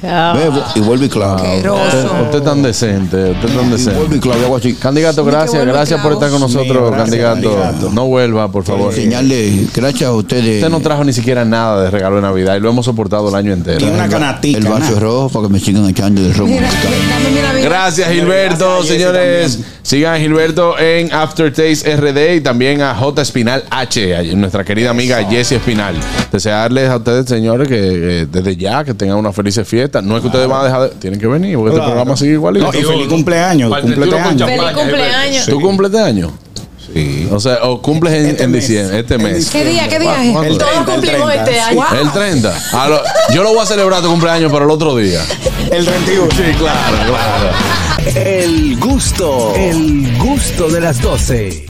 Speaker 8: Ah.
Speaker 2: Bebo y vuelvo y clavo.
Speaker 3: Asqueroso.
Speaker 1: Usted, usted tan decente, usted tan
Speaker 2: Y vuelvo y
Speaker 1: decente.
Speaker 2: clavo y hago así.
Speaker 7: Eh.
Speaker 1: Candidato,
Speaker 3: Ni que
Speaker 1: gracias,
Speaker 3: vuelva
Speaker 1: gracias por
Speaker 3: esclavo.
Speaker 1: estar con nosotros,
Speaker 7: Sí, gracias,
Speaker 1: candidato.
Speaker 7: candidato.
Speaker 1: No vuelva, por favor.
Speaker 2: Enseñarle, gracias a ustedes.
Speaker 1: Usted no trajo ni siquiera nada de regalo de Navidad y lo hemos soportado el año entero.
Speaker 7: Tiene una canatica.
Speaker 2: el vaso
Speaker 7: nada.
Speaker 2: rojo para que me sigan echando el romo.
Speaker 3: Mira, dame, mira, mira.
Speaker 1: Gracias Gilberto,
Speaker 7: Gracias a Jessy
Speaker 1: señores. Sigan a Gilberto en Aftertaste RD y también a J Espinal H, a nuestra querida amiga Jessie Espinal. Desearles a ustedes, señores, que eh, desde ya que tengan una feliz fiesta. No es que ustedes van a dejar de... Tienen que venir porque este
Speaker 7: Claro.
Speaker 1: programa sigue igualito.
Speaker 7: No, y feliz cumpleaños,
Speaker 9: Para el
Speaker 7: cumpleaños.
Speaker 9: retiro con
Speaker 7: Feliz
Speaker 9: champaña,
Speaker 8: cumpleaños.
Speaker 1: ¿Tú cumples de año? O sea, o cumples en, en diciembre, este mes.
Speaker 9: ¿Qué día, qué día
Speaker 1: ¿Cuá-
Speaker 9: es?
Speaker 1: cuándo
Speaker 9: El
Speaker 1: es?
Speaker 9: 30, el cumplimos 30, este sí. año.
Speaker 1: El 30. A lo- yo lo voy a celebrar tu cumpleaños, pero el otro día.
Speaker 7: El 31.
Speaker 1: Sí, claro, claro.
Speaker 10: El gusto, el gusto de las 12.